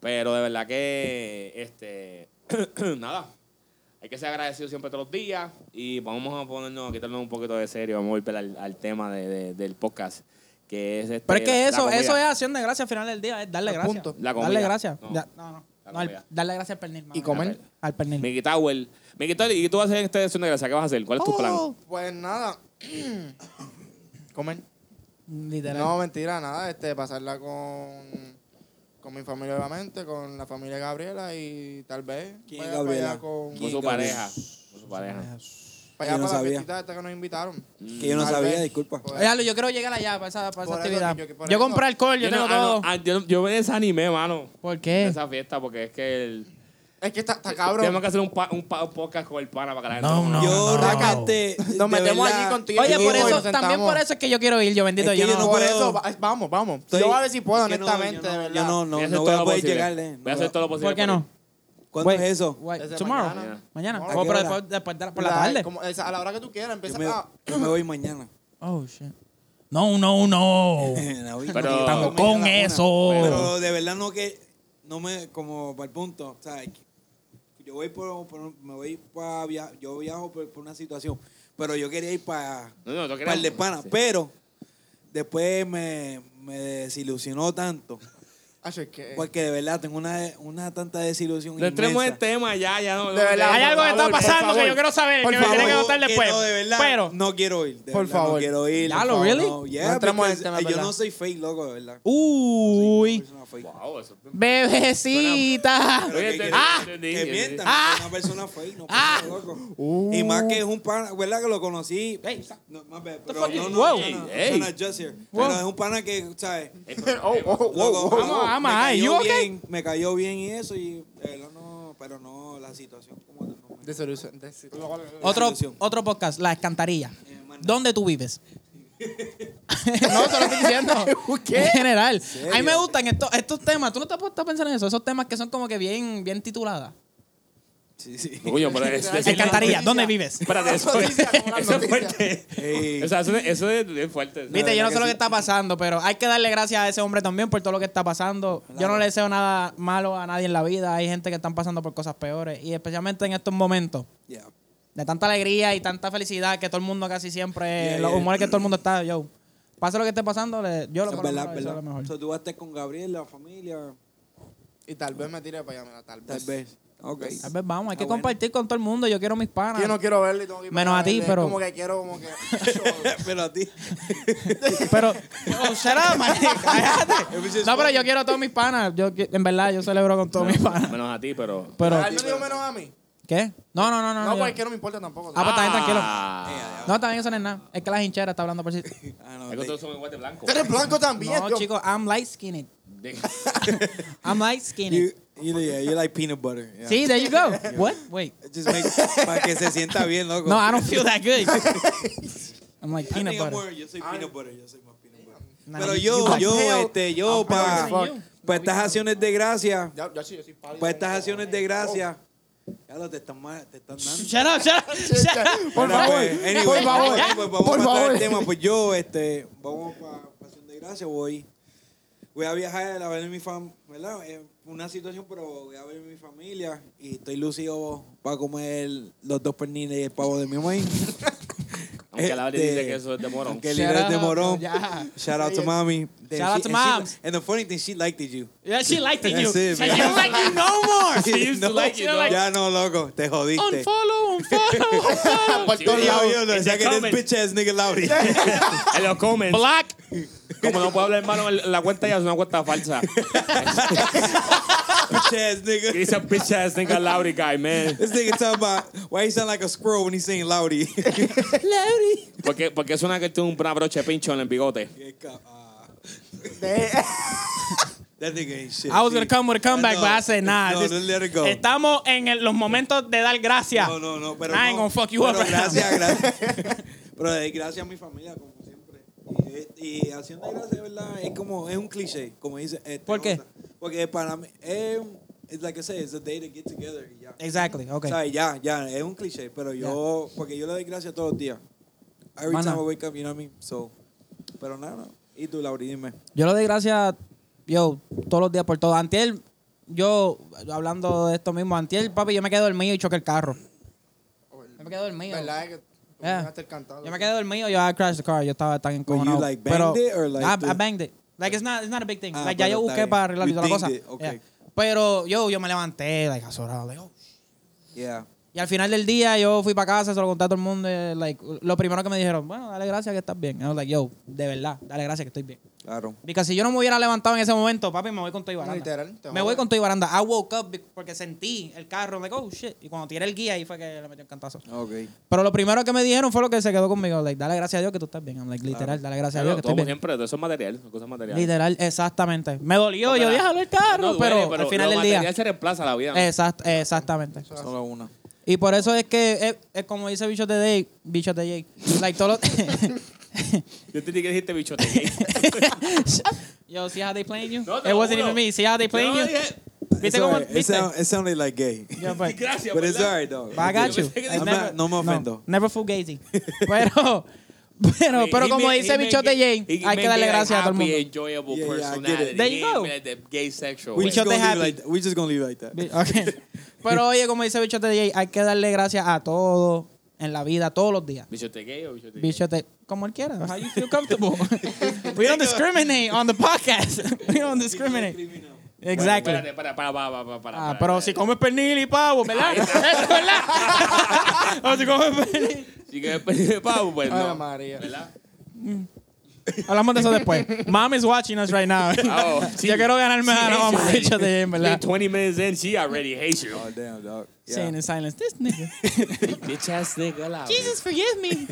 Pero de verdad que, este, nada. Hay que ser agradecidos siempre todos los días y vamos a ponernos, a quitarnos un poquito de serio, vamos a volver al, al tema de- de- del podcast, que es este,
Pero es que
la
eso,
comida.
eso es acción de gracias al final del día, es darle
Al
gracias.
punto.
La comida.
darle gracias.
No.
Ya, No, no.
La
No, al-
comida.
darle gracias al pernil. mano.
Y comer.
Al pernil.
Mickey Tower. Mickey Tower, ¿y tú vas a hacer esta acción de gracia? ¿Qué vas a hacer? ¿Cuál es tu plan?
Oh, Pues nada. Comer.
Literal.
No, mentira, nada. Este, pasarla con, con mi familia obviamente, con la familia de Gabriela y tal vez.
¿Quién
vaya
es Gabriela?
para allá con,
Con
¿Quién?
su
Gabriel?
pareja. Con su pareja.
para,
Yo
allá
no
para la
sabía.
fiestita esta que nos invitaron.
Que yo no
Tal
sabía,
vez.
disculpa.
Pues,
Déjalo, yo quiero llegar allá para esa, para esa
Por eso,
actividad.
yo que
Yo,
por eso-
compré alcohol, yo, tengo
no- ah, no,
todo.
ah, yo, no- yo me desanimé, mano.
¿Por
De
qué?
esa fiesta, porque es que el,
es que está, está
tenemos
cabrón.
que hacer un, pa- un, pa- un podcast con el pana para que la gente.
No, no.
Yo
no.
realmente. de
Nos metemos
verdad,
allí contigo.
Oye, por
y
eso,
nos
también
sentamos.
por eso es que yo quiero ir, yo bendito.
Es que
yo
yo
no-
no-
Por
puedo.
eso, va- vamos, vamos.
estoy-
yo voy a ver si puedo,
es que no,
honestamente,
yo no-
de verdad.
Yo no, no,
Voy a hacer
no
todo
voy a
lo
poder
posible.
llegarle.
Voy a hacer todo lo posible.
¿Por qué no?
¿Cuándo
Wait,
es eso?
wait,
Desde
tomorrow.
mañana.
Mañana.
¿A
O
qué
por,
hora?
por- después de- por la
Like,
tarde.
como esa- a la hora que tú quieras,
Yo
empieza
me,
a.
yo me voy mañana.
Oh, shit. No, no, no.
No, no,
Pero-
no,
Estamos
mañana
con
a la una.
eso.
Pero de verdad no que. No me. Como para el punto. O sea, que yo voy por. por- me voy para. yo viajo por, por una situación. Pero yo quería ir para.
No, no, no
Para el de pana.
Sí.
Pero. Después me, me desilusionó tanto.
Ah, es que-
Porque de verdad tengo una, una tanta desilusión.
No entremos en este
inmensa.
tema ya, ya no.
De verdad.
Hay algo que está
Por favor,
pasando
por
que yo
favor.
quiero saber,
Por
que me tiene que
favor,
contar después.
no, de verdad,
Pero,
no quiero ir. de
Por
verdad,
favor.
No quiero ir.
Yalo,
por favor,
really?
no. Yeah,
No entremos en
because,
tema,
eh, Yo
¿verdad?
no soy fake, loco, de verdad.
uy,
Soy una fake.
Wow, eso. eh,
bebecita.
Pero
Oye,
que-
te-
que-
ah,
que
entendí,
mientan,
ah,
que una persona fake, no
ah,
pasa, loco. Y más que es un pana, ¿verdad que lo conocí?
Ey,
No, más
fuck
pero
is-
no, no,
wow.
no, no,
Ey,
no, just here.
Wow.
Pero es un pana que, ¿sabes?
Ey, pero-
Oh, oh, oh,
Loco,
oh, oh.
Vamos, vamos,
me
ay,
cayó
you okay?
bien, me cayó bien y eso y de verdad no, pero no la situación como no me-
Desilusión, desilusión.
Otro,
Solución.
otro podcast, La Alcantarilla.
Eh, manda.
¿Dónde tú vives?
No, te lo estoy diciendo.
En general. A mí
serio?
me gustan estos, estos temas. ¿Tú no te has puesto a pensar en eso? Esos temas que son como que bien, bien tituladas.
Sí, sí.
Coño, pero es.
Alcantarilla.
decirle-
Alcantarilla, ¿dónde
noticia.
vives?
Espérate, eso es
Noticia, como
eso
la
es
noticia.
fuerte.
Ey.
O sea, eso es- eso es es fuerte.
Viste, yo no sé
que
lo que
sí.
está pasando, pero hay que darle gracias a ese hombre también por todo lo que está pasando. Yo no
Claro.
le deseo nada malo a nadie en la vida. Hay gente que están pasando por cosas peores. Y especialmente en estos momentos
Yeah.
de tanta alegría y tanta felicidad que todo el mundo casi siempre, eh,
Yeah,
los
yeah.
humores que todo el mundo está, yo. Pase lo que esté pasando, le- yo
Eso
lo por
es
lo
verdad,
menos, eso es
verdad.
lo mejor.
O sea, tú vas a estar con Gabriel, la familia,
Y tal vez me tire para allá, mira, tal vez.
tal vez. Ok.
Tal vez vamos, hay
Ah,
que
bueno.
compartir con todo el mundo. Yo quiero mis panas.
Yo no quiero verlo y tengo que ir
Menos
para
a ti,
verle.
pero-
Como que quiero, como que.
pero a ti.
Pero, oh, shut up, man. Cállate. No, pero yo quiero a todos mis panas. Yo, qui- en verdad, yo celebro con todos mis panas.
Menos a ti, pero.
Pero,
a él no digo menos a mí.
¿qué? No, no, no, no.
No,
yo-
porque es que no me importa tampoco.
Ah, pues está bien, tranquilo.
Ah.
No, también eso no es nada. Es que la hinchera está hablando por si.
Ah,
Es
no,
que
te-
todos somos igual de blanco.
Tú eres blanco también.
pues, No,
yo-
chicos, I'm light skinned. I'm light skinned.
You, you, yeah, you like peanut butter. yeah.
See, there you go. What? Wait.
Just make, para que se sienta bien, loco.
No, I don't feel that good. I'm like
I
peanut
think
butter.
I'm more- yo soy peanut butter, yo soy más peanut butter.
Nah,
Pero
you-
yo,
you
yo,
pale.
este, yo,
I'm pale
para
as fuck.
estas acciones de gracia,
Ya, ya sí, yo soy pálido.
para
Pues,
estas acciones de gracia, ya lo te están, mal, te están dando.
Shut up, shut up, shut up.
Por
Bueno,
favor,
pues, anyway,
por favor,
anyway, pues, vamos
por
a pasar
favor.
al tema. Pues yo, este, vamos para Pasión de Gracia, voy. Voy a viajar a ver mi fam, ¿verdad? Es una situación, pero voy a ver mi familia y estoy lucido para comer los dos perniles y el pavo de mi mamá.
Aunque la Barbie
Este,
dice que eso es de morón.
aunque- Que
Shout
líder de
out,
morón.
ya.
Shout out to mommy. Then
Shout out to
and
moms.
and the funny thing, she liked it you.
Yeah, she liked it, you.
That's it,
She
man.
don't like you no more.
She used to like you,
she
dog.
like-
ya no, loco, te jodiste.
Unfollow, unfollow, unfollow.
Por
Sí,
todos
sí.
lados.
Yo, yo, no,
It's
o sea
a
que this
comment.
bitch ass nigga Lauri.
En los comments.
Black.
Como no puedo hablar malo en la cuenta ya es una cuenta falsa.
bitch ass
Que
nigga.
dice bitch ass nigga Lowry guy, man.
This nigga talking about why he sound like a squirrel when he's saying Lauri. Lauri.
Porque, porque suena que tiene un una broche de pincho en el bigote.
That nigga ain't shit.
I was gonna
dude.
come with a comeback,
No,
but I said nah.
No,
This-
no, let it go.
Estamos en el- los momentos de dar gracias.
No, no, no, pero
I ain't
no.
gonna fuck you
Pero
up right now.
gracias, gracias. pero eh, gracias a mi familia, como siempre. Y, y haciendo gracias, de ¿verdad? Es como, es un cliché, como dice. Este,
¿Por qué?
Rosa. Porque para mí, es, es like I say, it's a day to get together y ya.
Exactly, okay.
O sea, ya, ya, es un cliché, pero yo, porque yo le doy gracias todos los días. Every
Mana.
time I wake up, you know what I mean? So, pero nada, no. Y tú, Lauri, dime.
Yo le doy gracias, yo, todos los días por todo. Antiel, yo, hablando de esto mismo, Antiel, papi, yo me quedé dormido y choqué el carro. Yo me quedé dormido.
¿Verdad? Que tú me
Yeah.
dejaste el cantado.
Yo me quedé dormido, yo, I crashed the car. Yo estaba tan
you,
encojonado.
like,
Pero-
banged it or, like,
I,
the-
I banged it. Like, it's not, it's not a big thing.
Ah,
like, ya
pero
yo
está
busqué
bien.
para arreglar y
You
toda la cosa.
dinged it, okay.
Yeah. Pero yo, yo me levanté, like, azorado, like, oh,
Yeah.
Y al final del día yo fui para casa, se lo conté a todo el mundo. eh, like, lo primero que me dijeron, bueno, dale gracias que estás bien. I was like, yo, de verdad, dale gracias que estoy bien.
Claro.
Porque si yo no me hubiera levantado en ese momento, papi, me voy con todo y baranda.
Literal, te
me
jode.
voy con todo y baranda. I woke up be- porque sentí el carro, like, oh, shit. Y cuando tiré el guía, ahí fue que le metió el cantazo.
Ok.
Pero lo primero que me dijeron fue lo que se quedó conmigo. Like, dale gracias a Dios que tú estás bien. I'm like, literal, dale gracias a Dios que estoy
Como
bien.
siempre, eso es material, son cosas materiales.
Literal, exactamente. Me dolió,
Porque
yo
la-
déjalo el carro,
no duele,
pero, al final
lo
del día.
material se reemplaza la vida. ¿no?
Exact- exactamente.
Solo una.
Y por eso es que, es, es como dice Bicho de Jake, Bicho de Jake, like todos los...
Yo entendí que dijiste bichote.
Yo, see how they playing you?
No, te
It
lo
wasn't
juro.
even me. See how they
Yo
playing
no
you?
dije-
¿Viste cómo?
alright. It,
¿Viste? pues.
sound, it sounded like gay.
Yeah, but-
Gracias,
But it's
¿verdad?
alright, though.
but I got you.
I'm
I
not-
never-
no me ofendo.
never fugazi. Pero, pero, pero
He
como
may-
dice
he may
Bichote
get-
Jay,
he
hay
may
que darle
be a
gracias a todo el
happy,
mundo.
enjoyable
Yeah, yeah, I get it.
personality.
There you
He
go.
may be the Gay sexual.
We
Bicho
just, gonna
te
leave it
happy.
like that. we just gonna leave it like that.
Bi- ok. Pero oye, como dice Bichote Jay, hay que darle gracias a todo en la vida, todos los días.
¿Bichote gay o bichote gay?
Bichote, como él quiera. How you feel comfortable? We don't discriminate on the podcast. We don't discriminate. Exactly.
Bueno, espérate, para, para, para, para, para,
Ah,
para.
pero si comes pernil y pavo, ¿verdad? Eso, ¿verdad? o si comes pernil.
Si que me pavo, pues
Ay,
no.
María.
¿Verdad?
Hablamos de eso después. Mom is watching us right now.
Oh, sí.
Yo quiero ganarme
Sí,
a
sí,
no, mamá,
sí.
bicho de en
You're
¿verdad?
20 minutes in, she already hates you.
Oh, damn, dog. Yeah.
Saying in silence, this nigga.
Bitch ass nigga, la-
Jesus, forgive me.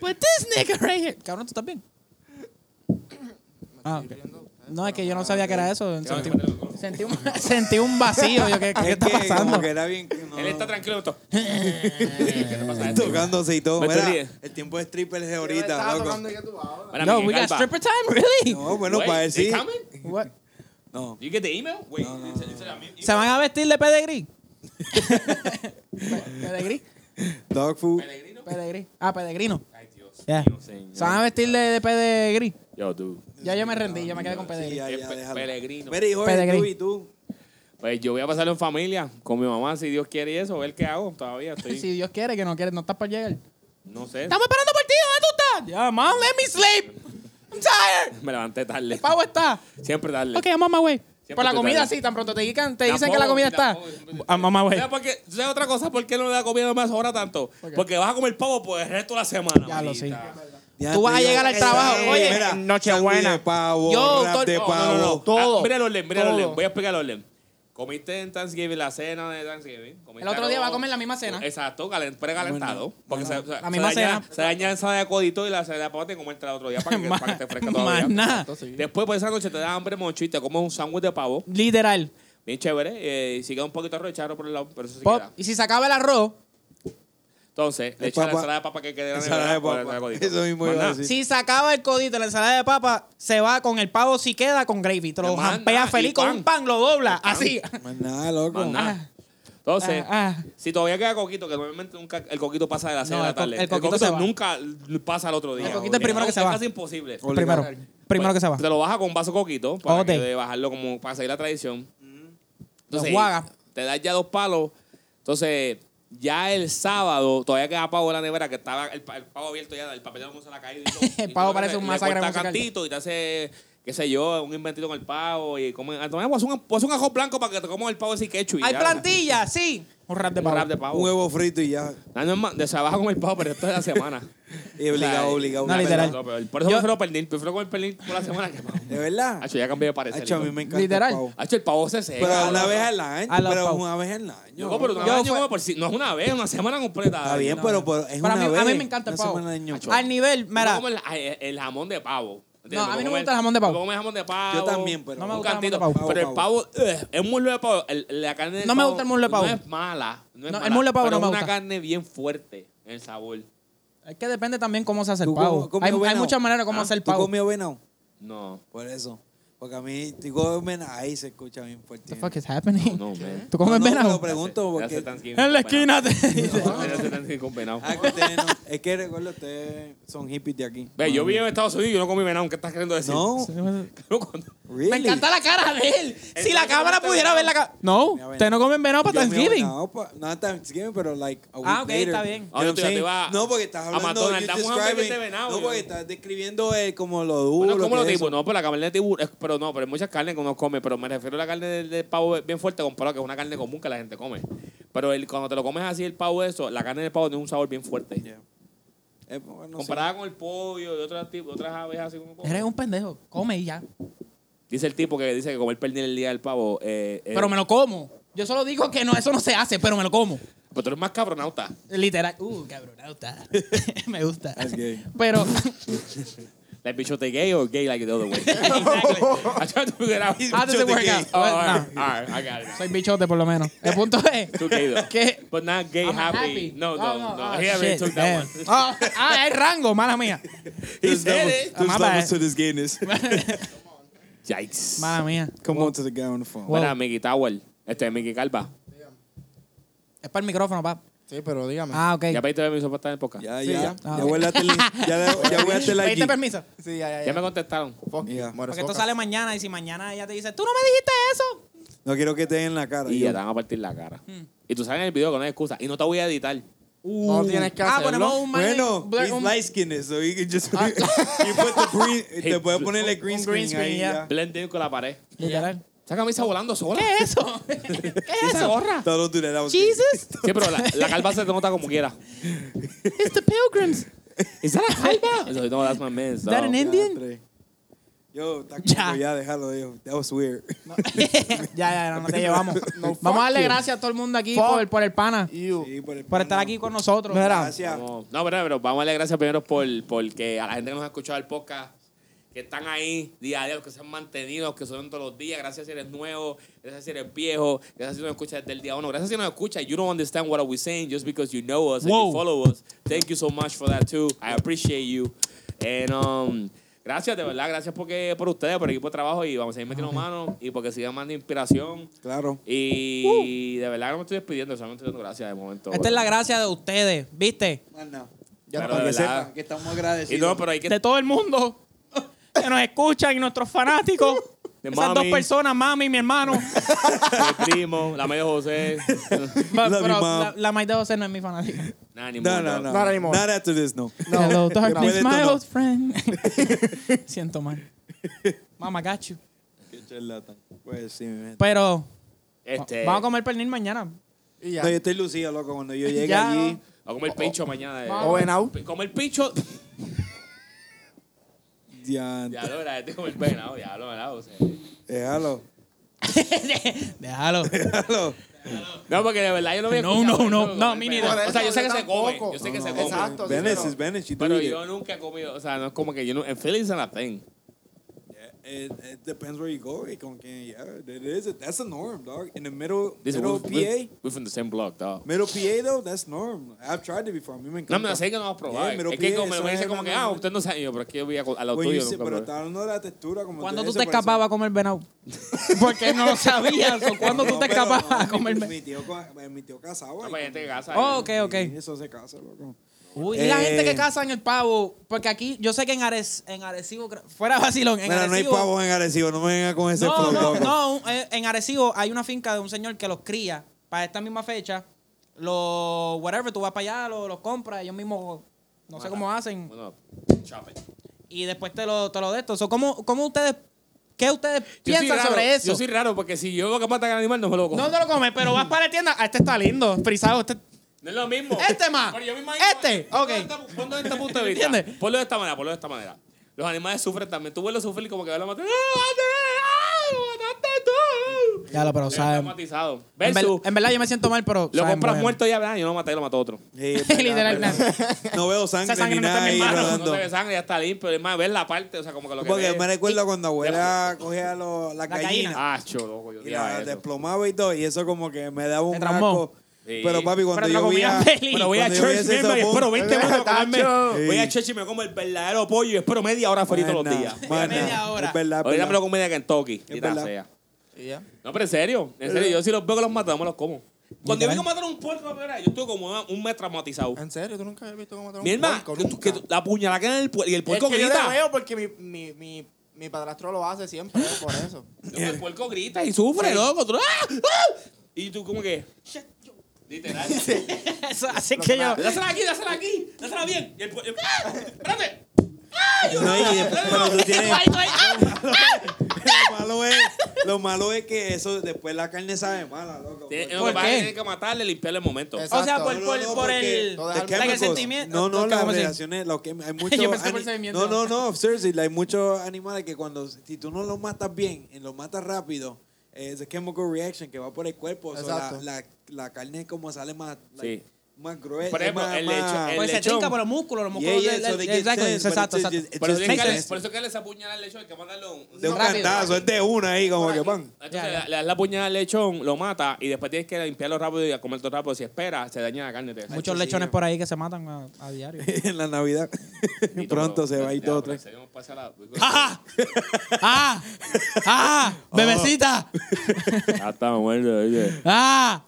But this nigga right here. Cabrón, ¿tú estás bien? Ah, ok. No, es que yo no sabía que era eso. Sentí, sentí un, sentí un vacío. Yo, ¿qué, qué
Es
está
que como
pasando?
que era bien... no,
Él está
no,
tranquilo. esto. ¿Qué te pasa?
Tocándose y todo.
Me
Mira,
ríes.
el tiempo de stripper es
Yo estaba
ahorita,
tocando
loco.
y ya tú hablas.
Para
No,
mí,
we got
calva.
stripper time, really?
No, bueno,
Wait,
para
they
ver si...
coming?
What?
No.
You get the email? Wait,
No, no,
it's- it's- I mean,
¿Se van a vestir de pedigrí? pedigrí,
Dog food.
¿Pellegrino?
pedigrí. Ah, peregrino.
Ay, Dios
Yeah.
mío, señor.
¿Se van a vestir de, de pedigrí?
Yo, dude.
Ya yo me rendí, yo me quedé con
Sí,
pedigrí.
ya, ya,
Pe-
déjalo.
Pellegrino.
Mira, hijo,
Pellegrini.
tú y tú.
Pues yo voy a pasarlo en familia, con mi mamá, si Dios quiere y eso, ver qué hago. Todavía estoy.
Si Dios quiere, que no quiere, no estás para llegar.
No sé.
Estamos esperando por ti, ¿dónde tú estás? Ya, mom, let me sleep. I'm tired.
Me levanté tarde.
Pavo está.
Siempre tarde.
Ok, mamá, güey.
Siempre
Por la
tú
comida,
tarde.
sí, tan pronto te dicen, te
La
dicen que la
pongo,
comida
la
está.
pongo.
Ah, mamá, güey.
¿Sabes por qué? ¿Sabes otra cosa? ¿Por qué no la comida no me sobra tanto? Porque vas a comer pavo por el resto de la semana.
Ya lo sé.
manita.
Ya
Tú vas
te
a
digo,
llegar al trabajo.
eh,
Oye,
mira,
Nochebuena.
sándwich de pavo,
Yo,
wrap
todo-
de
no,
pavo.
No, no, no.
Todo.
Ah, mira el orden, mira el
Todo.
orden. Voy a explicar el orden. Comiste en Thanksgiving la cena de Thanksgiving. comiste
El otro día
arroz.
va a comer la misma cena.
Exacto, calen- precalentado. porque se, se-
La misma
se daña,
cena.
Se daña esa de codito y la cena de papote y comes el otro día para que, para que te fresca
Más
todavía.
nada.
Después por esa noche te da hambre mucho y te comes un sándwich de pavo.
Literal.
Bien chévere. eh, y si queda un poquito de arroz, echarlo por el lado. Pero eso sí
Pop.
queda.
Y si se acaba el arroz,
Entonces, le
El
echas la
papa-
ensalada de papa que quede en la
Ensalada de
nevera,
papa.
con el codito.
Eso mismo
Más
iba a
nada.
decir.
Si se acaba el codito, la ensalada de papa, se va con el pavo si queda con gravy. Te lo
Más
jampea
nada, y
feliz con
pan.
un pan, lo dobla. Así.
Más nada, loco.
Más nada. Entonces,
Ah, ah.
si todavía queda coquito, que normalmente nunca el coquito pasa de las
No,
6 de
el
la
co-
tarde.
el coquito se va.
nunca pasa al otro día.
coquito es el primero que se
es
va.
casi imposible.
Primero. Primero que se va.
Te lo baja con un vaso coquito para
Ok.
que de bajarlo como para seguir la tradición.
Lo juega.
te das ya dos palos. Entonces, Ya el sábado todavía queda pavo en la nevera, que estaba el, pa- el pavo abierto ya, el papel no se la ha caído. y todo.
El
Y
pavo
tú
parece
le-
un
le
masacre
cortas
musical.
cantito y te hace, qué sé yo, un inventito con el pavo y comen. Ah, tomemos, haz un, haz un ajo blanco para que te comas el pavo así quechu.
Hay plantilla, sí.
Un rap de
Un rap
pavo.
de
Un
pavo.
huevo frito y ya.
No, no, es más, de trabajo con el pavo, pero esto es la semana.
Y obligado,
O sea,
obligado.
no,
una
literal.
pela.
No, pero Por eso
Yo-
prefiero pernil, prefiero comer pernil por la semana que pavo.
¿De verdad?
Hacho, ya cambié de parecer.
Hacho, a mí me encanta. el
Literal.
pavo.
Hacho, el pavo se seca.
Pero una
loco.
vez al año.
A los
Pero
pavos.
una vez al año.
Yo, pero una
Yo
vez yo
fue-
como por si- no es una vez, una semana completa.
Está bien,
Una-
pero, pero es
Para
una
mí-
vez.
a mí me encanta el
una
pavo.
semana al año.
Al nivel,
Yo
mira,
como el, el- el jamón de pavo. ¿entiendes?
No, a mí no
Yo
me
como
gusta el jamón de pavo.
yo como el jamón de pavo.
Yo también, pues. pero-
No me
un
gusta el jamón de
cantito.
pavo.
Pero el pavo, eh, ugh, el muslo de pavo, el- la carne de
No me gusta el muslo de pavo.
No es mala. No, es
No, el
mala,
muslo de pavo
pero
no me
es una
gusta.
carne bien fuerte en el sabor.
es que depende también cómo se hace el
¿Tú cómo-
pavo.
cómo
Hay,
yo
hay
venado?
muchas maneras de cómo
Ah,
hacer el
¿Tú
pavo.
comió venado?
No.
Por eso. Porque a mí, tú comes venado. Ahí se escucha bien fuerte.
What the fuck is happening?
No, man.
¿Tú comes
No, no,
venado?
pero pregunto
Ya hace- ya hace
porque...
Thanksgiving
En la
con venado.
esquina. te-
Ya hace Thanksgiving con venado.
Ah, que ustedes no- es que recuerdo, ustedes son hippies de aquí.
Ve, yo vivo en Estados Unidos y yo no comí venado. ¿Qué estás queriendo decir?
ah. No,
Cuando-
really.
Me encanta la cara de él. Si la
Entonces,
cámara
¿cómo
pudiera
te
ver la cara. No,
Mira,
Ustedes no comen venado para
Yo me
Thanksgiving.
venado pa- No Thanksgiving, pero like a week
Ah, ok,
later.
está bien.
Ah, yo te- yo te iba
No, porque estás
a
hablando...
McDonald's,
you're
dame un hamburger
describing-
de venado,
No,
yo-
porque estás describiendo eh, como lo duro.
Bueno, ¿cómo
que
lo
es
tipo?
eso.
No, pero la carne de tiburón. es- Pero no, pero hay muchas carnes que uno come. Pero me refiero a la carne de, de pavo bien fuerte comparado a que es una carne común que la gente come. Pero el, cuando te lo comes así, el pavo eso, la carne de pavo tiene un sabor bien fuerte.
Yeah. Eh, bueno, sí.
Comparada con el pollo y otras, tipo- otras aves así como come.
Eres un pendejo. Come y ya.
Eh.
Dice el tipo que dice que comer pernil el día del pavo. Eh, eh,
Pero me lo como. Yo solo digo que no, eso no se hace, pero me lo como.
pero pues tú eres más cabronauta.
Literal. Uh, cabrón, está. me gusta.
That's gay.
Pero,
Like, bicho, te gay or gay like the other way? exactly. I tried to figure it out.
how does it work out?
Oh, all
Well,
right,
no.
all right, I got it.
Soy bichote, por lo menos. El punto es.
Too gay though.
¿Qué?
But not gay
I'm
happy. No, no, no.
ah,
He already
shit,
took
damn.
that one.
Ah, ah, es rango, mala mía.
He
There's
said
levels-
it.
there's
Ah, my
levels
bad.
to this gayness.
Yikes.
Mala mía.
Come on to the guy on the phone.
Wow.
Mira, Mickey Tower. Este, Mickey Calva.
Es para el micrófono, pap.
Sí, pero dígame.
Ah, ok.
¿Ya pediste permiso para estar en el podcast?
Ya,
Sí,
ya.
ya.
Ah,
Ya
ok.
huele a tele- Ya ya huele a
¿Pediste
tele allí.
permiso?
Sí, ya, ya.
Ya me contestaron.
Fuck you,
Ya.
mueres
Porque esto
foca.
sale mañana y si mañana ella te dice, tú no me dijiste eso.
No quiero que te den la cara.
Y
yo.
ya te van a partir la cara.
Hmm.
Y tú sales en el video que no hay excusa. Y no te voy a editar. Oh.
No tienes que
ah,
hacerlo.
ponemos un man-
Bueno,
un-
he's
un-
light skinned, so he can just you put the green, te puedes ponerle green
un
screen,
green
ahí
screen,
ya.
ya.
Blend in con la pared.
Literal.
Esa camisa volando sola.
¿Qué es eso? ¿Qué es eso?
gorra?
Todo lo that was good.
Jesus,
Sí, pero la, la calva se te nota como quiera.
it's the pilgrims.
¿Es la calva? Eso, no, that's my man. so.
That an
Ya,
Indian?
tres. Yo, está
Ya.
como ya, déjalo, yo. That was weird.
ya, ya, no, no te llevamos.
No, fuck
Vamos a darle
you.
gracias a todo el mundo aquí
Fuck.
por, por el pana,
You.
Sí, por el
por estar
pana.
aquí con nosotros.
Gracias.
Vamos. No, pero, pero vamos a darle gracias primero por, porque a la gente que nos ha escuchado el podcast, que están ahí día a día, los que se han mantenido, los que son todos los días. Gracias si eres nuevo, gracias si eres viejo, gracias si nos escuchas desde el día uno, gracias si nos escuchas. You don't understand what we're saying just because you know us and you
Wow.
follow us. Thank you so much for that too. I appreciate you. And, um, Gracias, de verdad, gracias porque, por ustedes, por el equipo de trabajo y vamos a seguir metiendo mano y porque sigan mandando inspiración.
Claro.
Y de verdad que no me estoy despidiendo, solamente dando gracias de momento.
Esta es la gracia de ustedes, ¿viste?
Más nada.
Ya Pero
para
de
que
verdad.
sepan que estamos
Y
agradecidos.
no, pero hay que
De todo el mundo que nos escuchan y nuestros fanáticos.
De
Esas
mami.
dos personas, mami y mi hermano.
Mi primo, la medio José.
Pa-
Love
Pero
you, mom.
la, la Maite José no es mi fanática.
Nah, ni
no,
modo.
no, no.
Not anymore.
Not after this, no.
Hello,
Después de
darkness,
esto,
my
no.
old friend. Siento mal. Mama, got you.
Qué charlatán. Pues sí, mi gente.
Pero
Este,
vamos a comer pernil mañana.
Y ya.
No, yo estoy lucido, loco, cuando yo llegue
Ya,
allí.
no.
a comer pincho mañana. eh.
O venado.
Comer pincho.
Ya,
Ya lo era, este comer venado, ya lo era. o sea.
déjalo.
Déjalo.
Déjalo.
No, porque de verdad yo no había
No,
escuchado
no, no,
eso,
no,
comer
mi
venado.
ni idea.
O sea, yo sé que
Yo
se come. Yo sé
tampoco.
que se
No,
come.
no. Exacto, sí,
Venice
pero-
is Venice. you do
Pero
it.
yo nunca he comido. O sea, no es como que yo no. En Philly it's not a thing.
It, it Eh, depends where you go y con quién. Yeah, that is it. That's the norm, dog. In the middle,
This
middle
we're,
PA,
we're, we're from the same block, dog.
middle PA though, that's norm. I've tried it before. A mí me
No,
encanta.
me la sé que no vas a probar.
Yeah, middle
es que
PA,
como
eso
me dice
es
como
la
que, ah,
norma.
usted no sabe. Yo, pero es que yo voy a, co- a lo
When you
tuyo.
sit-
nunca
pero
probé.
está hablando de la textura como
¿Cuándo
te
tú
dice,
te
por eso-
escapabas a comer venado? Porque no lo sabías. o ¿Cuándo tú
No,
te
pero
escapabas
no,
a comer
mi,
venado?
mi tío, co- eh, mi tío casaba.
No,
y
para gente que casa.
Oh,
eh.
ok, ok.
y Eso se casa, loco.
Uy, y la
Eh,
gente que caza en el pavo, porque aquí, yo sé que en, Ares, en Arecibo, cre- fuera vacilón, en
Mira, no hay
Arecibo.
pavos en Arecibo, no me venga con ese
no,
flow,
no,
loco.
no, un- eh, en Arecibo hay una finca de un señor que los cría para esta misma fecha
Los whatever, tú vas para allá, los, los compras, ellos mismos, no sé
Mata.
cómo hacen.
Bueno, chape.
Y después te lo, te lo de esto. So, ¿cómo, ¿Cómo ustedes, qué ustedes
Yo soy
piensan
raro,
sobre eso?
Yo soy raro porque si yo veo que matan al animal no me lo como.
No, no lo comes, pero vas para la tienda. Ah, este está lindo, frisado. Este...
No es lo mismo.
Este más.
Pero yo me imagino-
Este,
Ponlo
ok.
de esta- Ponlo de este punto de vista.
¿Entiendes?
Ponlo de esta manera, ponlo de esta manera. Los animales sufren también. Tú vuelves a sufrir como que van a matar. ¡Ah, Andrés! ¡Ah, mataste tú!
Ya lo, pero
Estoy
sabes.
traumatizado.
En,
Versus,
ver- en verdad yo me siento mal, pero.
lo
saben,
compras
bueno.
muerto ya, ¿verdad? Yo no lo maté, lo mató otro.
Sí, es verdad,
Literal,
verdad. No veo sangre,
sangre
ni
no está en
nada
mi
ahí
mano,
Mano, no
rodando.
te ve sangre, ya está limpio. Es más, ver la parte, o sea, como que lo que
Porque
ve-
me recuerdo cuando abuela cogía los- las
La
gallinas.
gallina.
Ah, cho, loco, yo
Y
odiaba
la
eso.
desplomaba y todo, y eso como que me daba un
Te traumó.
asco.
Sí.
Pero papi, cuando
Pero te lo
yo vi
comías
a...
feliz.
Pero voy a
cuando yo vi
Church
ese
Member y
sopón-
espero 20 minutos de comerme.
Tacho.
Voy a Church y me como el verdadero pollo y espero media hora feliz todos los
Mana,
días.
mana,
Media hora.
Es verdad, es
Ahorita me
verdad.
lo comí de Kentucky. y
verdad. Eh.
sea.
Y ya.
No, pero en serio, en serio, yo si los veo que los matamos, los como. Cuando yo vi
Literal.
que mataron un puerco la primera vez, yo estuve como una- un mes traumatizado.
¿En serio? ¿Tú nunca habías visto cómo mataron
Mi
un
hermana,
puerco?
que tú- que
Nunca.
tú- la puñalada que en el puerco, y el
Es
puerco
que yo te
grita.
veo porque mi, mi, mi, mi padrastro lo hace siempre, es por eso.
Loco, El puerco grita y sufre, loco. tú, ¡ah! ¡ah! Y tú como que... Literal.
Eso, así
Lo
que
que me
yo.
Dásela aquí, dásela aquí, dásela bien. Y el puerco... ¡ah! ¡Espérate!
No, y después- pero tú tienes-
Ay, ay, ah.
lo, malo es, lo malo es que eso después la carne sabe mala, loco.
Tiene-
porque-
lo que pasa es
qué?
que tienen que matarle, limpiarle el momento.
Exacto.
O sea, por,
No,
no,
por,
no,
por
porque
el.
todo
te
Dejarlo-
queman
Like el
cosas.
sentimiento.
No, no,
¿Cómo
las
así?
relaciones, lo que hay muchos
Yo pensé por
ani-
sentimiento.
No, no, no, seriously, like, hay muchos animales que cuando si tú no los matas bien, y los matas rápido, es a chemical reaction que va por el cuerpo, so, la,
Exacto.
la, la carne como sale más like,
Sí.
más gruesa,
Por ejemplo,
más-
el
más-
lecho- el
Pues se
lechón.
trinca por los músculos, los
Yeah,
músculos.
yeah,
del-
so
del-
they get
exacto,
tense, but
exacto,
it's just-
exacto.
it's
Por eso
just
tienen que
makes
darle-
sense.
por eso que les apuñala al lechón, hay que mandarle un...
De un
Rápido.
cantazo, es de una ahí como que pan.
Entonces,
Ya, ya.
Le, le das la puñada al lechón, lo mata y después tienes que limpiarlo rápido y comerlo rápido. Si espera, se daña la carne. te-
Muchos lechones por ahí que se matan a, a diario.
en la Navidad.
Y tú,
Pronto
pero-
se va a ir
Ya, pues,
todo.
pero en
tres.
serio, vamos a pasar la-
¡Ah! ¡Ah! ¡Ah! ¡Bebecita!
Ya está muerto, oye.
¡Ah!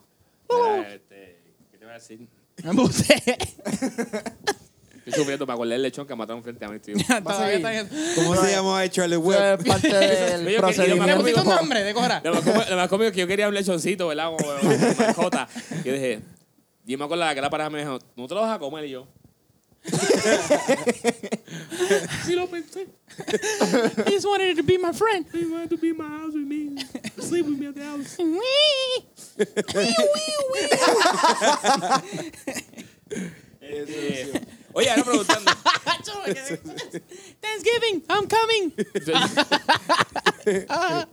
Mira, este, ¿Qué te voy a decir?
Me puse.
Estoy sufriendo para acordar el lechón que mataron frente a mí, tío.
Todavía está en-
¿Cómo se llamaba Charlie Webb?
es parte
Oye, que-
del
Le
yo me
procedimiento.
pusiste un nombre de cora.
Lo más cómico- lo más cómico es que yo quería un lechoncito, ¿verdad? Como como mascota. Yo dije, y me acuerdo la que la parada me dijo, no te lo vas a comer y yo. sí lo pensé.
He just wanted to be my friend.
You want to be my house with me. Sleep with me at the house.
Mm-hmm.
Eh, Oye, ahora preguntando.
Ah, Thanksgiving, I'm coming. Ah.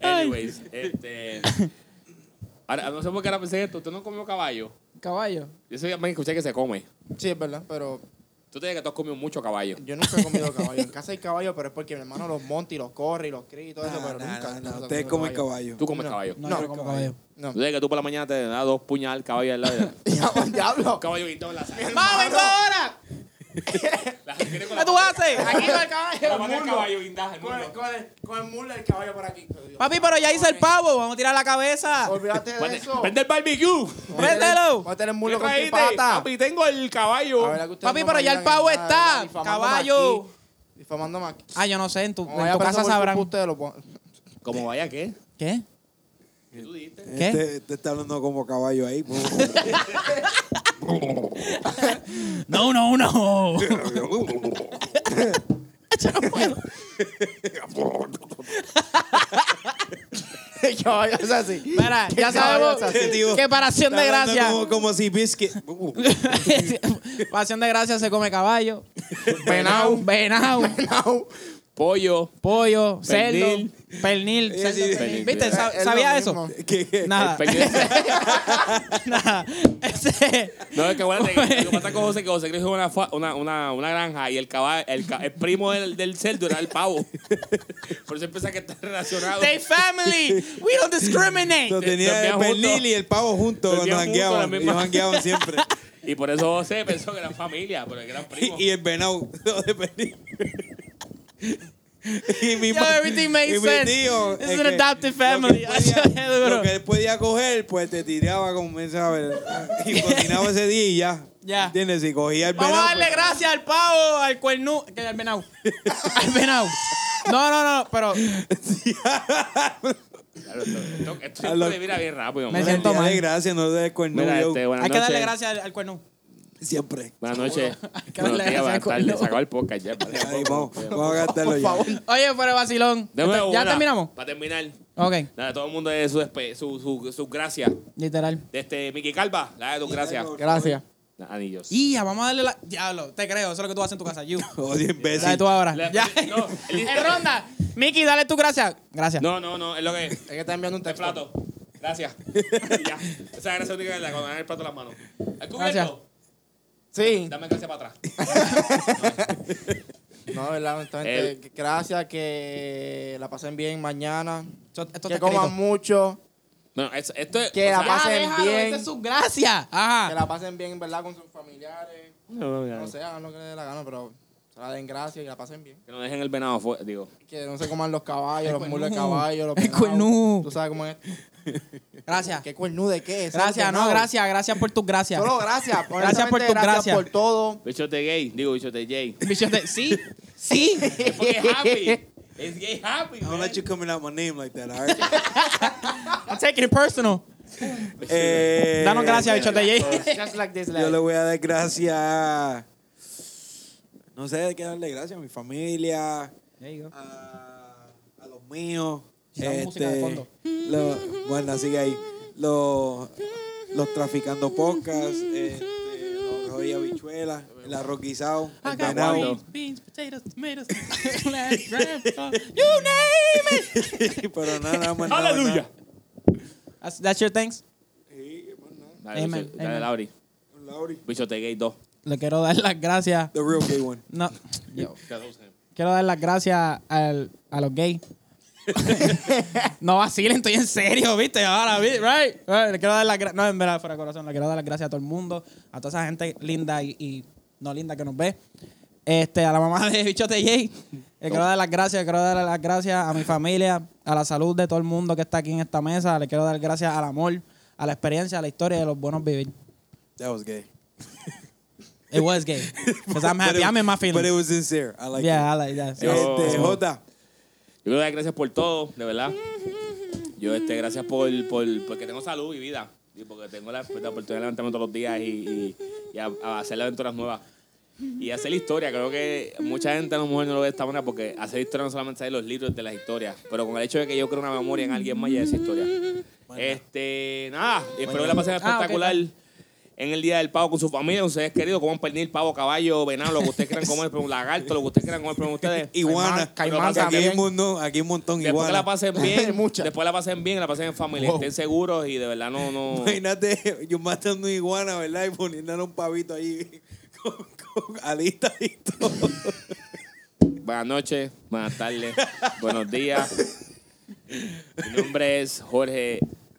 Anyways, este. Ahora, no sé por qué ahora pensé esto. Usted no comió caballo.
Caballo.
Yo sé que me escuché que se come.
Sí, es verdad, pero
Tú te dices que tú has comido mucho caballo.
yo nunca he comido caballo. En casa hay caballo, pero es porque mi hermano los monta y los corre y los cría y todo eso,
No,
pero
no,
nunca.
no,
nunca
no,
he
Ustedes
comido
comen caballo.
Tú comes
No.
caballo.
No,
No,
yo no como caballo.
No.
Tú dices que tú por la mañana te das dos puñal al caballo al lado. de-
Diablo, diablo.
caballo quitado en la sala.
¡Mamá, vengo ahora!
La gente con
¿Qué
la
tú haces? Aquí va el
La
caballo.
mata el caballo guindaje.
Con el, con el, con el mulo del caballo por aquí.
Papi, pero ya hice el pavo. Vamos a tirar la cabeza.
Olvídate de eso.
Vende el barbecue.
Préndelo.
Voy a tener
¿Qué
mulo con tu
trajiste?
pata.
Papi, tengo el
A ver,
caballo.
a que ustedes
Papi,
no
pero ya el
vayan
pavo
en nada,
está,
difamándome
caballo.
aquí, Difamándome aquí.
Ah, yo no sé. En tu,
Como
en
vaya
tu
preso
casa
por culpa
sabrán.
Ustedes lo pon-
Como vaya, ¿qué?
¿Qué?
¿Qué tú dijiste?
¿Qué?
Este, este está hablando como caballo ahí. pues.
No, no, no.
El caballo es así.
Mira, ya
¿Qué caballo
sabemos
es así?
Tío,
que para acción de
Este Está hablando
gracias.
Como, como si uh, biscuit.
Para acción de gracias se come caballo.
Venado.
Venado.
No.
Pollo.
Pollo.
Pernil.
Cerdo. Pernil.
Sí,
cerdo,
sí,
pernil.
sí.
¿Viste? Sa-
Es lo
¿Sabía
mismo.
eso?
que- que-
Nada.
El pernil.
Nada. Este, Ese-
No, es que acuérdate que lo que pasa con José que José creció en una, fa- una, una, una granja y el caballo, el, ca- el primo del, del cerdo era el pavo. Por eso empieza que está relacionado.
They family. We don't discriminate.
Lo tenía el
Dormían juntos.
pernil y el pavo juntos cuando
Dormían juntos,
jangueaban.
la misma-
Ellos jangueaban siempre.
Y por eso José pensó que eran familia, porque eran primos.
y, y el venado. lo de pernil. y mi
Yo,
ma-
everything makes
y mi
sense.
tío,
This
es
is an
que
adoptive family.
Lo que, él
Qué
podía,
duro.
lo que él podía coger, pues te tiraba como, ¿sabes? Y cocinaba ese día y ya.
Ya.
¿Entiendes? Si cogía el
Vamos
venado,
a darle
pues,
gracias al pavo, al cuernú, que al venado. al venado. No, no, no, pero
Claro, Esto, esto, esto
A
siempre
lo-
le vira bien rápido.
Me
mano.
siento
Dale
mal.
pues, gracias, no te des cuerno,
Mira,
yo.
este, buenas
Hay que darle
noches.
gracias al, al cuerno.
Siempre.
Buenas noches.
que
Buenos
darle
días,
gracias al
buenas tardes.
culo.
Se acabó el podcast ya. vale.
Ahí, vamos, vamos a gastarlo
Por
ya.
favor.
Oye, fuera de vacilón.
Deme
¿Ya
una,
terminamos?
Para terminar.
Ok,
Nada, todo el mundo de su, despe- su, su, sus gracias.
literal.
De este, Miki Calva, la de tus gracias.
Gracias.
Anillos.
Y ya, vamos a darle la. Diablo, te creo, eso es lo que tú haces en tu casa. You.
Odio
La de
imbécil.
tú ahora.
Le-
Ya.
no, él dice-
Es ronda. Miki, dale tu gracias. Gracias.
No, no, no, es lo que
Es que está enviando un
El
texto.
plato. Gracias. Y ya. Esa es la única que le cuando dan el plato en las manos. ¿El cubierto?
Sí.
Dame gracias para atrás.
No, de verdad, honestamente,
El-
que- gracias, que la pasen bien mañana.
Esto, esto
Que
está escrito.
coman mucho,
No, es- esto es.
Que
o
la
sea,
pasen bien.
esa este es su gracia. Ajá.
que la pasen bien, ¿verdad? Con sus familiares.
No, no,
No
no.
sé, hagan lo que les dé la gana, pero se la den gracias y la pasen bien.
Que no dejen el venado fuera, digo.
Que no se coman los caballos, los mulos de
cuernú.
caballo, los
El
venados.
cuernú.
Tú sabes cómo es.
Gracias.
¿Qué cuernú de qué? Ese es
Gracias,
el
no,
venado.
gracias, gracias por tus gracias.
Solo gracias.
Gracias por
honestamente,
tus gracias.
Gracias por todo.
Bichote gay, digo bichote gay.
Bichote, sí, sí.
Es porque es happy. Es gay happy.
I don't
man.
let you coming out my name like that, all right?
I'm taking it personal.
Eh,
Danos gracias, bichote Jay.
Just like this,
Yo
like.
le voy a dar gracias. a- No sé de qué darle gracias a mi familia, a, a los míos. Este,
Esa música de fondo.
lo- bueno, sigue ahí. Los, los traficando podcast, este, los arroz y habichuelas, el arroz guisado, el venado.
beans, potatoes, tomatoes, glass, you name it.
Pero nada, nada más. nada,
Aleluya.
nada.
That's, that's your thanks.
Sí, más nada.
Dale,
Amen,
bicho- dale,
amen.
Lauri.
Un Lauri.
Bichote gay 2.
Le quiero dar las gracias.
The real gay one.
No, quiero dar las gracias al, a los gays. no vacilen, estoy en serio, ¿viste? Ahora, ¿viste? Right? Right, Le quiero dar las gracias. No, en verdad, fuera de corazón. Le quiero dar las gracias a todo el mundo, a toda esa gente linda y, y no linda que nos ve. Este, a la mamá de Bichote Jay. Le quiero dar las gracias, le quiero dar las gracias a mi familia, a la salud de todo el mundo que está aquí en esta mesa. Le quiero dar gracias al amor, a la experiencia, a la historia y a los buenos vivir.
That was gay.
It was gay. Because I'm
But
happy.
it-
I'm in my
But it
feelings.
was sincere. I like
Yeah,
it.
I like that.
Yeah.
Este,
Oh.
Jota.
Yo quiero dar gracias por todo, de verdad. Yo, este, gracias por, por porque tengo salud y vida. Y porque tengo la, pues, la oportunidad de levantarme todos los días y, y- y a, a hacer aventuras nuevas. Y hacer historia. Creo que mucha gente a lo mejor no lo ve de esta manera porque hacer historia no solamente sale los libros de las historias, pero con el hecho de que yo creo una memoria en alguien más ya es historia. Este, nada, y espero que la pasen espectacular. En el día del pavo con su familia, con ustedes queridos, coman pernil, pavo, caballo, venado, lo que ustedes quieran comer, pero un lagarto, lo que ustedes quieran comer, pero ustedes.
Iguana.
Caimán
Porque aquí, hay
también.
un mundo- aquí hay un montón
Después que la
iguana.
pasen bien,
Muchas.
después la pasen bien, la pasen en familia, estén seguros y de verdad no, no.
Imagínate, yo matando una iguana, ¿verdad? Y poniéndole un pavito ahí con, con alitas y todo.
Buenas noches, buenas tardes, buenos días. Mi nombre es Jorge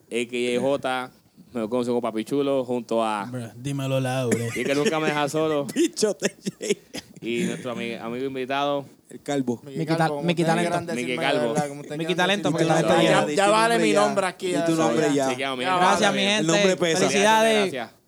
XJ, me conozco como Papi Chulo, junto a.
dímelo, Laure.
Y que nunca me deja solo.
Bichote Jay.
Y nuestro amigo, amigo invitado.
El calvo.
Mickey Tal- Mickey Talento.
Mickey
Mickey
Calvo.
Mickey Talento, porque
Diste
talento
nombre
ya.
diste
Ya vale
nombre
mi nombre aquí,
Y
ya
tu
sabía.
nombre ya.
Chequeamos, mi
Gracias,
hermano,
Gracias,
también.
mi
El
gente.
nombre pesa.
Felicidades.
Gracias.